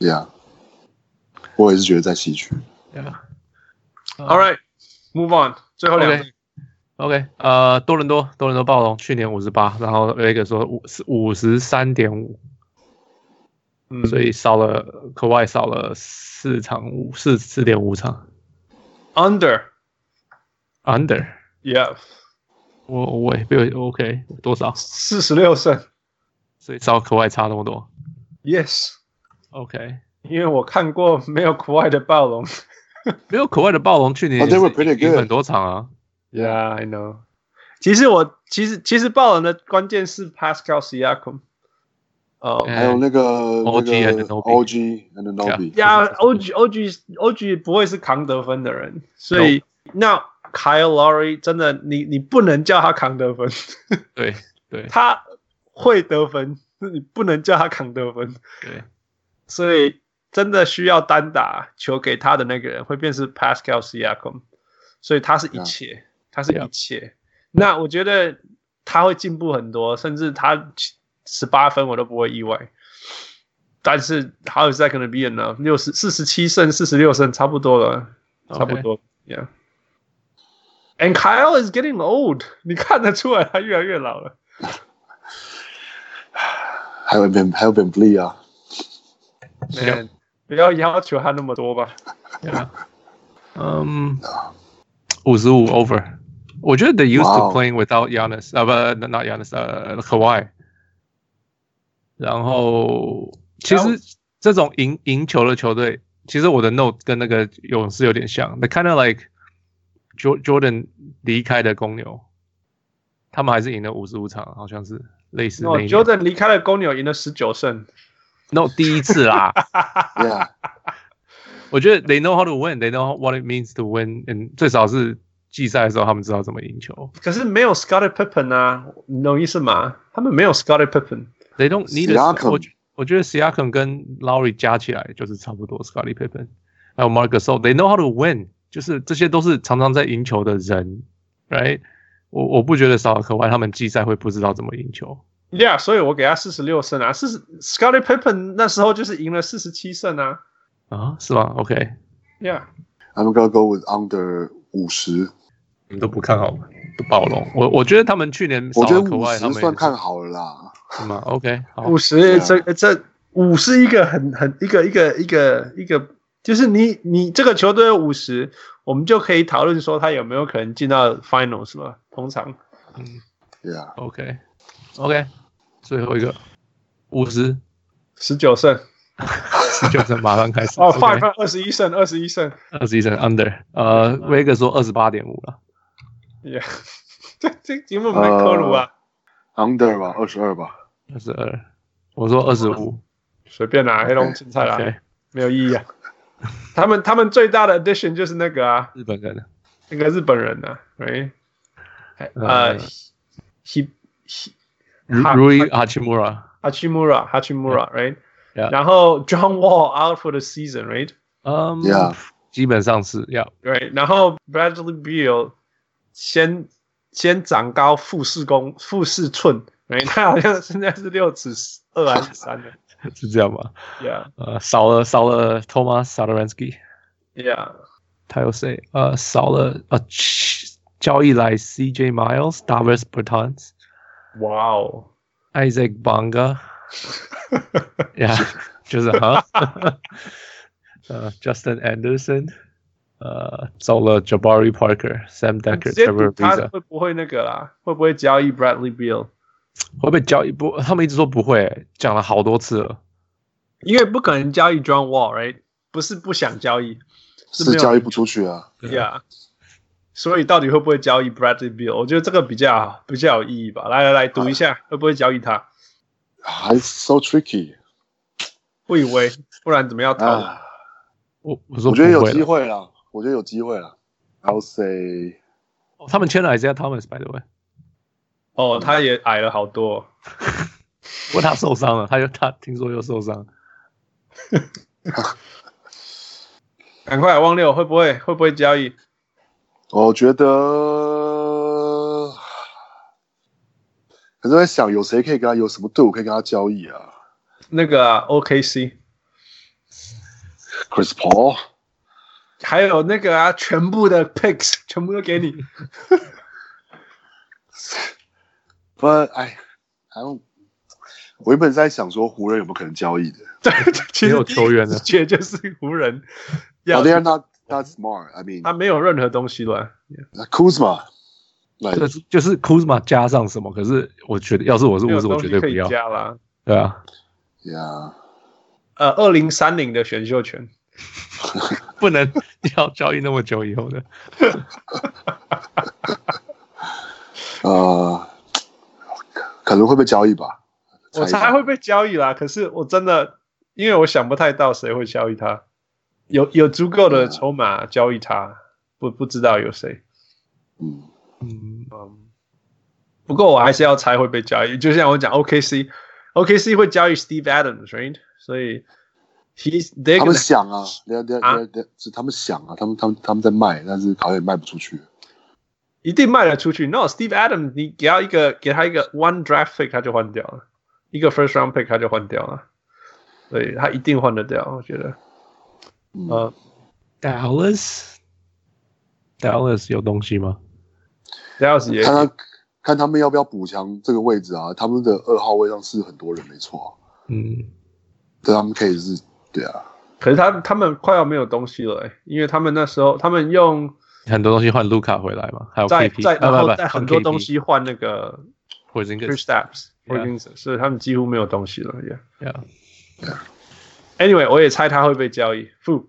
[SPEAKER 3] ，Yeah，我也是觉得在西区。
[SPEAKER 2] Yeah。
[SPEAKER 1] All right，move on，最后两个
[SPEAKER 2] OK OK，呃，多伦多多伦多暴龙去年五十八，然后 v e g 说五五十三点五，
[SPEAKER 1] 嗯，
[SPEAKER 2] 所以少了科外少了四场五四四点五场
[SPEAKER 1] under，Yeah，
[SPEAKER 2] under 我。我我也不 OK 多少？
[SPEAKER 1] 四十六胜
[SPEAKER 2] 所以少科外差那么多。
[SPEAKER 1] ，Yes，
[SPEAKER 2] OK，
[SPEAKER 1] 因为我看过没有国外的暴龙
[SPEAKER 2] 没有科外的暴龙去年
[SPEAKER 3] Oh, they were pretty
[SPEAKER 2] 赢
[SPEAKER 3] good.
[SPEAKER 2] 很多场啊。
[SPEAKER 1] ，Yeah，I know。其实我其实其实暴龙的关键是 Pascal Siakam，哦、
[SPEAKER 2] 嗯
[SPEAKER 3] 还有那个
[SPEAKER 2] OG
[SPEAKER 3] 那
[SPEAKER 2] and
[SPEAKER 3] 个
[SPEAKER 2] Anunoby
[SPEAKER 3] OG and Nobi，
[SPEAKER 1] 呀，OG OG OG 不会是扛得分的人，所以那 Kyle Lowry 真的，你你不能叫他扛得分，
[SPEAKER 2] 对对
[SPEAKER 1] 他会得分，你不能叫他扛得分，
[SPEAKER 2] 对
[SPEAKER 1] 所以真的需要单打球给他的那个人会变是 Pascal Siakam，所以他是一切他是一切。那我觉得他会进步很多，甚至他十八分我都不会意外。但是 How is that going to be enough？六十四十七胜四十六胜差不多了差不多，Yeah。And Kyle is getting old，你看得出来他越来越老了。
[SPEAKER 3] 还有 Ben 还有 Ben b l e 啊，
[SPEAKER 1] Man，不要要求他那么多吧。
[SPEAKER 2] Yeah. 嗯，五十五 over。我觉得 they used to
[SPEAKER 3] Wow.
[SPEAKER 2] playing without Giannis，啊不，not Giannis，呃，Kawhi。然后其
[SPEAKER 1] 然后
[SPEAKER 2] 实这种赢赢球的球队，其实我的 note 跟那个勇士有点像，they kind of like Jo- Jordan 离开的公牛，他们还是赢了五十五场，好像是类似
[SPEAKER 1] 哦
[SPEAKER 2] 那一年。
[SPEAKER 1] ，Jordan 离开了公牛，赢了十九胜。
[SPEAKER 2] No，第一次啦。
[SPEAKER 3] Yeah，
[SPEAKER 2] 我觉得 they know how to win，they know what it means to win，嗯，最少是季赛的时候他们知道怎么赢球。
[SPEAKER 1] 可是没有 Scottie Pippen 啊，你懂意思吗？他们没有 Scottie Pippen。
[SPEAKER 2] They don't need a-
[SPEAKER 3] Siakam
[SPEAKER 2] 我觉我觉得 Siakam 跟 Lowry 加起来就是差不多 Scotty Pippen，还有 Marcus So，they know how to win，就是这些都是常常在赢球的人，right？我我不觉得少了科外他们季赛会不知道怎么赢球。
[SPEAKER 1] Yeah，所以我给他四十六胜啊，四十 Scottie Pippen 那时候就是赢了四十七胜啊。
[SPEAKER 2] 啊，是吗？OK，
[SPEAKER 1] Yeah，
[SPEAKER 3] I'm gonna go with under 五十，
[SPEAKER 2] 你们都不看好暴龙，我我觉得他们去年少
[SPEAKER 3] 我觉
[SPEAKER 2] 了
[SPEAKER 3] 得
[SPEAKER 2] 科
[SPEAKER 3] 五
[SPEAKER 2] 外，他
[SPEAKER 3] 十
[SPEAKER 2] 们
[SPEAKER 3] 算看好了啦。
[SPEAKER 2] 是吗？OK，好，
[SPEAKER 1] 五十
[SPEAKER 3] Yeah
[SPEAKER 1] 这这五是一个很很一个一个一个一个，就是你你这个球队五十，我们就可以讨论说他有没有可能进到 Finals 嘛？通常
[SPEAKER 3] Yeah，
[SPEAKER 2] OK OK，最后一个五十
[SPEAKER 1] 十九胜
[SPEAKER 2] 九胜马上开始
[SPEAKER 1] 哦，快快二十一胜，二十一胜。
[SPEAKER 2] 二十一胜 under，呃，威哥说二十八点五了，
[SPEAKER 1] Yeah，这这节目没科鲁啊，
[SPEAKER 3] under 吧，二十二吧。
[SPEAKER 2] 二十二，我说二十五
[SPEAKER 1] 随便啦、黑龙青菜啦。
[SPEAKER 2] ，OK，
[SPEAKER 1] 没有意义啊。他们他们最大的 addition 就是那个啊，
[SPEAKER 2] 日本人
[SPEAKER 1] 那个日本人啊，哎、呃
[SPEAKER 2] 呃
[SPEAKER 1] ，He He
[SPEAKER 2] 如
[SPEAKER 1] 哈
[SPEAKER 2] 如伊哈奇穆拉，
[SPEAKER 1] Hachimura Hachimura，right？、
[SPEAKER 2] Yeah
[SPEAKER 1] 然后 John Wall out for the season，right？
[SPEAKER 2] 嗯
[SPEAKER 3] Yeah，
[SPEAKER 2] 基本上是要
[SPEAKER 1] right？然后 Bradley Beal 先先长高负四公负四寸，right？他 好像现在是六尺二还是三的
[SPEAKER 2] 是这样吧？
[SPEAKER 1] ？Yeah
[SPEAKER 2] 呃，少了少了 Thomas Sadaransky，
[SPEAKER 1] Yeah，
[SPEAKER 2] 他有谁？呃，少了呃，嘘交易来 CJ Miles、Davis Bertans、
[SPEAKER 1] 哇哦，
[SPEAKER 2] Isaac Bonga。Yeah，就是哈，呃，Justin Anderson，呃，走了 Jabari Parker、Sam
[SPEAKER 1] 直
[SPEAKER 2] Decker、
[SPEAKER 1] 接赌
[SPEAKER 2] Trevor
[SPEAKER 1] 他
[SPEAKER 2] Ariza，
[SPEAKER 1] 会不会那个啦？会不会交易 Bradley Beal？
[SPEAKER 2] 会不会交易不？他们一直说不会，讲了好多次了。
[SPEAKER 1] 因为不可能交易 John Wall，right？不是不想交易
[SPEAKER 3] 是交易不出去啊。
[SPEAKER 1] ，Yeah。所以到底会不会交易 Bradley Beal？我觉得这个比较比较有意义吧。来来来，读一下，会不会交易他？
[SPEAKER 3] 还 so tricky。
[SPEAKER 1] 不以为不然怎
[SPEAKER 2] 哦
[SPEAKER 1] 么样讨论？
[SPEAKER 3] 啊，
[SPEAKER 2] 我我说
[SPEAKER 3] 我觉得
[SPEAKER 2] 不
[SPEAKER 3] 有
[SPEAKER 2] 会
[SPEAKER 3] 机
[SPEAKER 2] 了，
[SPEAKER 3] 会啦，我觉得有机会啦。I'll say
[SPEAKER 2] 他们签了 Isaiah Thomas，by the way，
[SPEAKER 1] 哦，他也矮了好多。
[SPEAKER 2] 不过他受伤了，他又他听说又受伤，
[SPEAKER 1] 赶快，啊汪六会不会会不会交易？
[SPEAKER 3] 我觉得，可是在想有谁可以跟他有什么队伍可以跟他交易啊
[SPEAKER 1] 那个啊、OKC，
[SPEAKER 3] ？Chris Paul，
[SPEAKER 1] 还有那个啊，全部的 picks 全部都给 你。
[SPEAKER 3] 不，哎，还有，我原本在想说湖人有没有可能交易的
[SPEAKER 1] 对，其
[SPEAKER 2] 没
[SPEAKER 1] 实
[SPEAKER 2] 有球员
[SPEAKER 1] 第
[SPEAKER 2] 了
[SPEAKER 1] 一直觉就是湖人要啊
[SPEAKER 3] ？But they're not that smart. I mean,
[SPEAKER 1] 他没有任何东西了。
[SPEAKER 3] Kuzma,
[SPEAKER 2] 就
[SPEAKER 3] like
[SPEAKER 2] 是就是 Kuzma 加上什么，可是我觉得要是我是
[SPEAKER 1] 没
[SPEAKER 2] 巫
[SPEAKER 1] 有
[SPEAKER 2] 师，我
[SPEAKER 1] 东
[SPEAKER 2] 绝
[SPEAKER 1] 西
[SPEAKER 2] 对
[SPEAKER 1] 可
[SPEAKER 2] 不
[SPEAKER 1] 以
[SPEAKER 2] 要，
[SPEAKER 1] 加啦。
[SPEAKER 2] 对啊，
[SPEAKER 3] yeah，
[SPEAKER 1] 呃，二零三零的选秀权，
[SPEAKER 2] 不能 要交易那么久以后的，
[SPEAKER 3] 呃，可能会被交易吧。
[SPEAKER 1] 我
[SPEAKER 3] 猜一下
[SPEAKER 1] 猜会被交易啦。可是我真的，因为我想不太到谁会交易他，有有足够的筹码交易他，不不知道有谁。
[SPEAKER 3] 嗯，
[SPEAKER 2] 嗯，
[SPEAKER 1] 嗯，不过我还是要猜会被交易。就像我讲，OKC，OKC 会交易 Steve Adams，right？所以 he's they
[SPEAKER 3] 他们
[SPEAKER 1] gonna
[SPEAKER 3] 想啊，人家
[SPEAKER 1] 啊
[SPEAKER 3] 人家是他们想啊，他们他们他们在卖，但是好像也卖不出去。啊
[SPEAKER 1] 一定卖得出去。No，Steve Adams，你给他一个给他一个 one draft pick，他就换掉了；一个 first round pick，他就换掉了。所以他一定换得掉，我觉得。
[SPEAKER 3] 嗯
[SPEAKER 1] 呃，
[SPEAKER 2] Dallas Dallas 有东西吗？
[SPEAKER 1] d a l l 也
[SPEAKER 3] 看他看他们要不要补强这个位置啊？他们的二号位上是很多人，没错啊、
[SPEAKER 2] 嗯，
[SPEAKER 3] 对他们可以是，对啊，
[SPEAKER 1] 可是他他们快要没有东西了、欸，因为他们那时候他们用
[SPEAKER 2] 很多东西换卢卡回来嘛，还有
[SPEAKER 1] 在
[SPEAKER 2] KP，
[SPEAKER 1] 在然
[SPEAKER 2] 啊
[SPEAKER 1] 后
[SPEAKER 2] 不不
[SPEAKER 1] 在很多东西换那个
[SPEAKER 2] 换 KP，或者
[SPEAKER 1] Chris Stapps，
[SPEAKER 2] Yeah
[SPEAKER 1] 所以他们几乎没有东西了。Yeah.
[SPEAKER 2] 一个，
[SPEAKER 1] Anyway，我也猜他会被交易。不，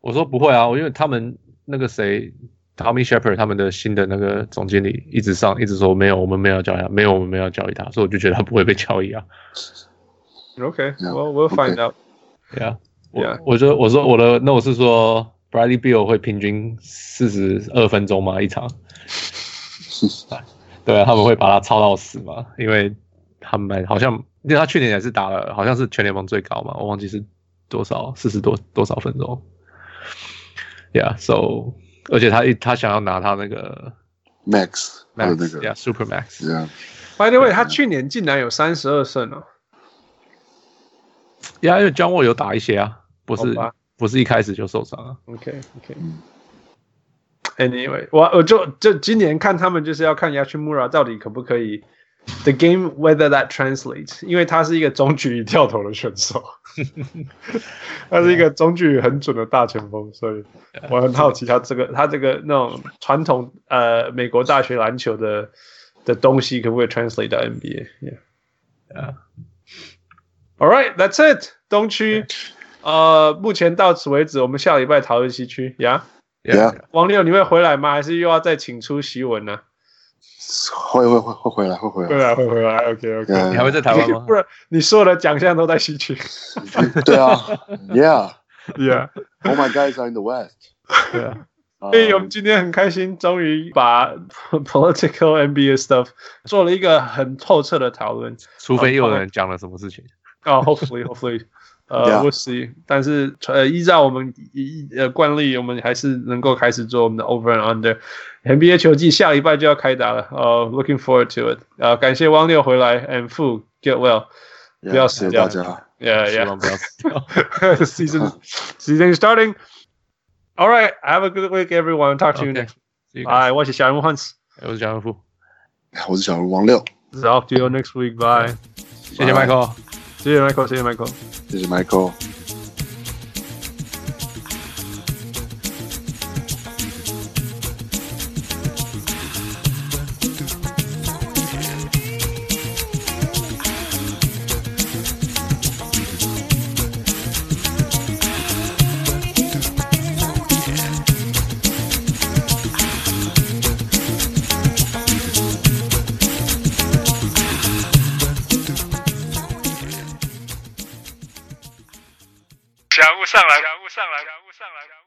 [SPEAKER 2] 我说不会啊，因为他们那个谁，Tommy Shepard 他们的新的那个总经理一直上一直说没有，我们没有要交易他，没有我们没有要交易他，所以我就觉得他不会被交易啊。
[SPEAKER 1] OK，
[SPEAKER 3] Yeah，
[SPEAKER 1] 我我
[SPEAKER 3] OK
[SPEAKER 1] find out。
[SPEAKER 2] 对啊，
[SPEAKER 1] Yeah
[SPEAKER 2] 我我觉得我说我的那我是说 Bradley Beal 会平均四十二分钟吗一场？对啊，他们会把他操到死嘛，因为他们好像因为他去年也是打了，好像是全联盟最高嘛，我忘记是多少四十多多少分钟。Yeah，so 而且他一他想要拿他那个
[SPEAKER 3] Max 他
[SPEAKER 2] Max，
[SPEAKER 3] 的那个，
[SPEAKER 2] yeah Super Max，
[SPEAKER 3] 对啊，
[SPEAKER 1] By the way，他去年竟然有三十二胜哦，
[SPEAKER 2] yeah，因为 John Wall 有打一些啊，不
[SPEAKER 1] 好
[SPEAKER 2] 是
[SPEAKER 1] 吧
[SPEAKER 2] 不是一开始就受伤啊。
[SPEAKER 1] OK OK
[SPEAKER 3] 嗯。
[SPEAKER 1] Anyway，我我就就今年看他们就是要看 Yachimura 到底可不可以 the game whether that translates，因为他是一个中距离跳投的选手，他是一个中距离很准的大前锋，所以我很好奇他这个他这个那种传统呃美国大学篮球的的东西可不可以 translate 到 NBA？Yeah。
[SPEAKER 2] Yeah.
[SPEAKER 1] All right, that's it. 东区，呃，目前到此为止，我们下礼拜讨论西区呀。
[SPEAKER 3] Yeah
[SPEAKER 1] 王六，你会回来吗？还是又要再请出席文呢？
[SPEAKER 3] 会会会会回来会回
[SPEAKER 1] 会
[SPEAKER 3] 来，
[SPEAKER 1] 来，会回来。OK OK。
[SPEAKER 2] 你还会在台湾吗
[SPEAKER 1] 不？然你所有的奖项都在西区。
[SPEAKER 3] Yeah，对啊，Yeah，Oh
[SPEAKER 1] Yeah。
[SPEAKER 3] my guys are in the West，
[SPEAKER 2] 对啊，
[SPEAKER 3] 嗯
[SPEAKER 1] 所以我们今天很开心，终于把 political NBA stuff 做了一个很透彻的讨论。
[SPEAKER 2] 除非又有人讲了什么事情。
[SPEAKER 1] 啊、h o p e f u l l y hopefully，呃、
[SPEAKER 3] Yeah.
[SPEAKER 1] we'll see。但是呃，依照我们一呃惯例，我们还是能够开始做我们的 over and under。NBA 球季下礼拜就要开打了，呃、l o o k i n g forward to it。呃，感谢汪六回来，and Fu get well。
[SPEAKER 3] Yeah，
[SPEAKER 1] 不要
[SPEAKER 3] 谢
[SPEAKER 1] 死
[SPEAKER 3] 谢
[SPEAKER 1] 掉
[SPEAKER 3] 大家，
[SPEAKER 1] Yeah,
[SPEAKER 2] 希
[SPEAKER 1] yeah.
[SPEAKER 2] 望不要死掉。
[SPEAKER 1] season season starting. All right, have a good week, everyone. Talk to you
[SPEAKER 2] Okay.
[SPEAKER 1] next.
[SPEAKER 2] See you guys.
[SPEAKER 1] Bye. 我是小人物 Hans.
[SPEAKER 2] 我是蒋文富，
[SPEAKER 3] 我是小人王六，
[SPEAKER 1] This is off to you next week. Bye.
[SPEAKER 2] 谢谢 Michael。
[SPEAKER 1] See you, Michael. See you, Michael.
[SPEAKER 3] 谢谢 Michael。
[SPEAKER 1] 物上来，强物上来，强物上来。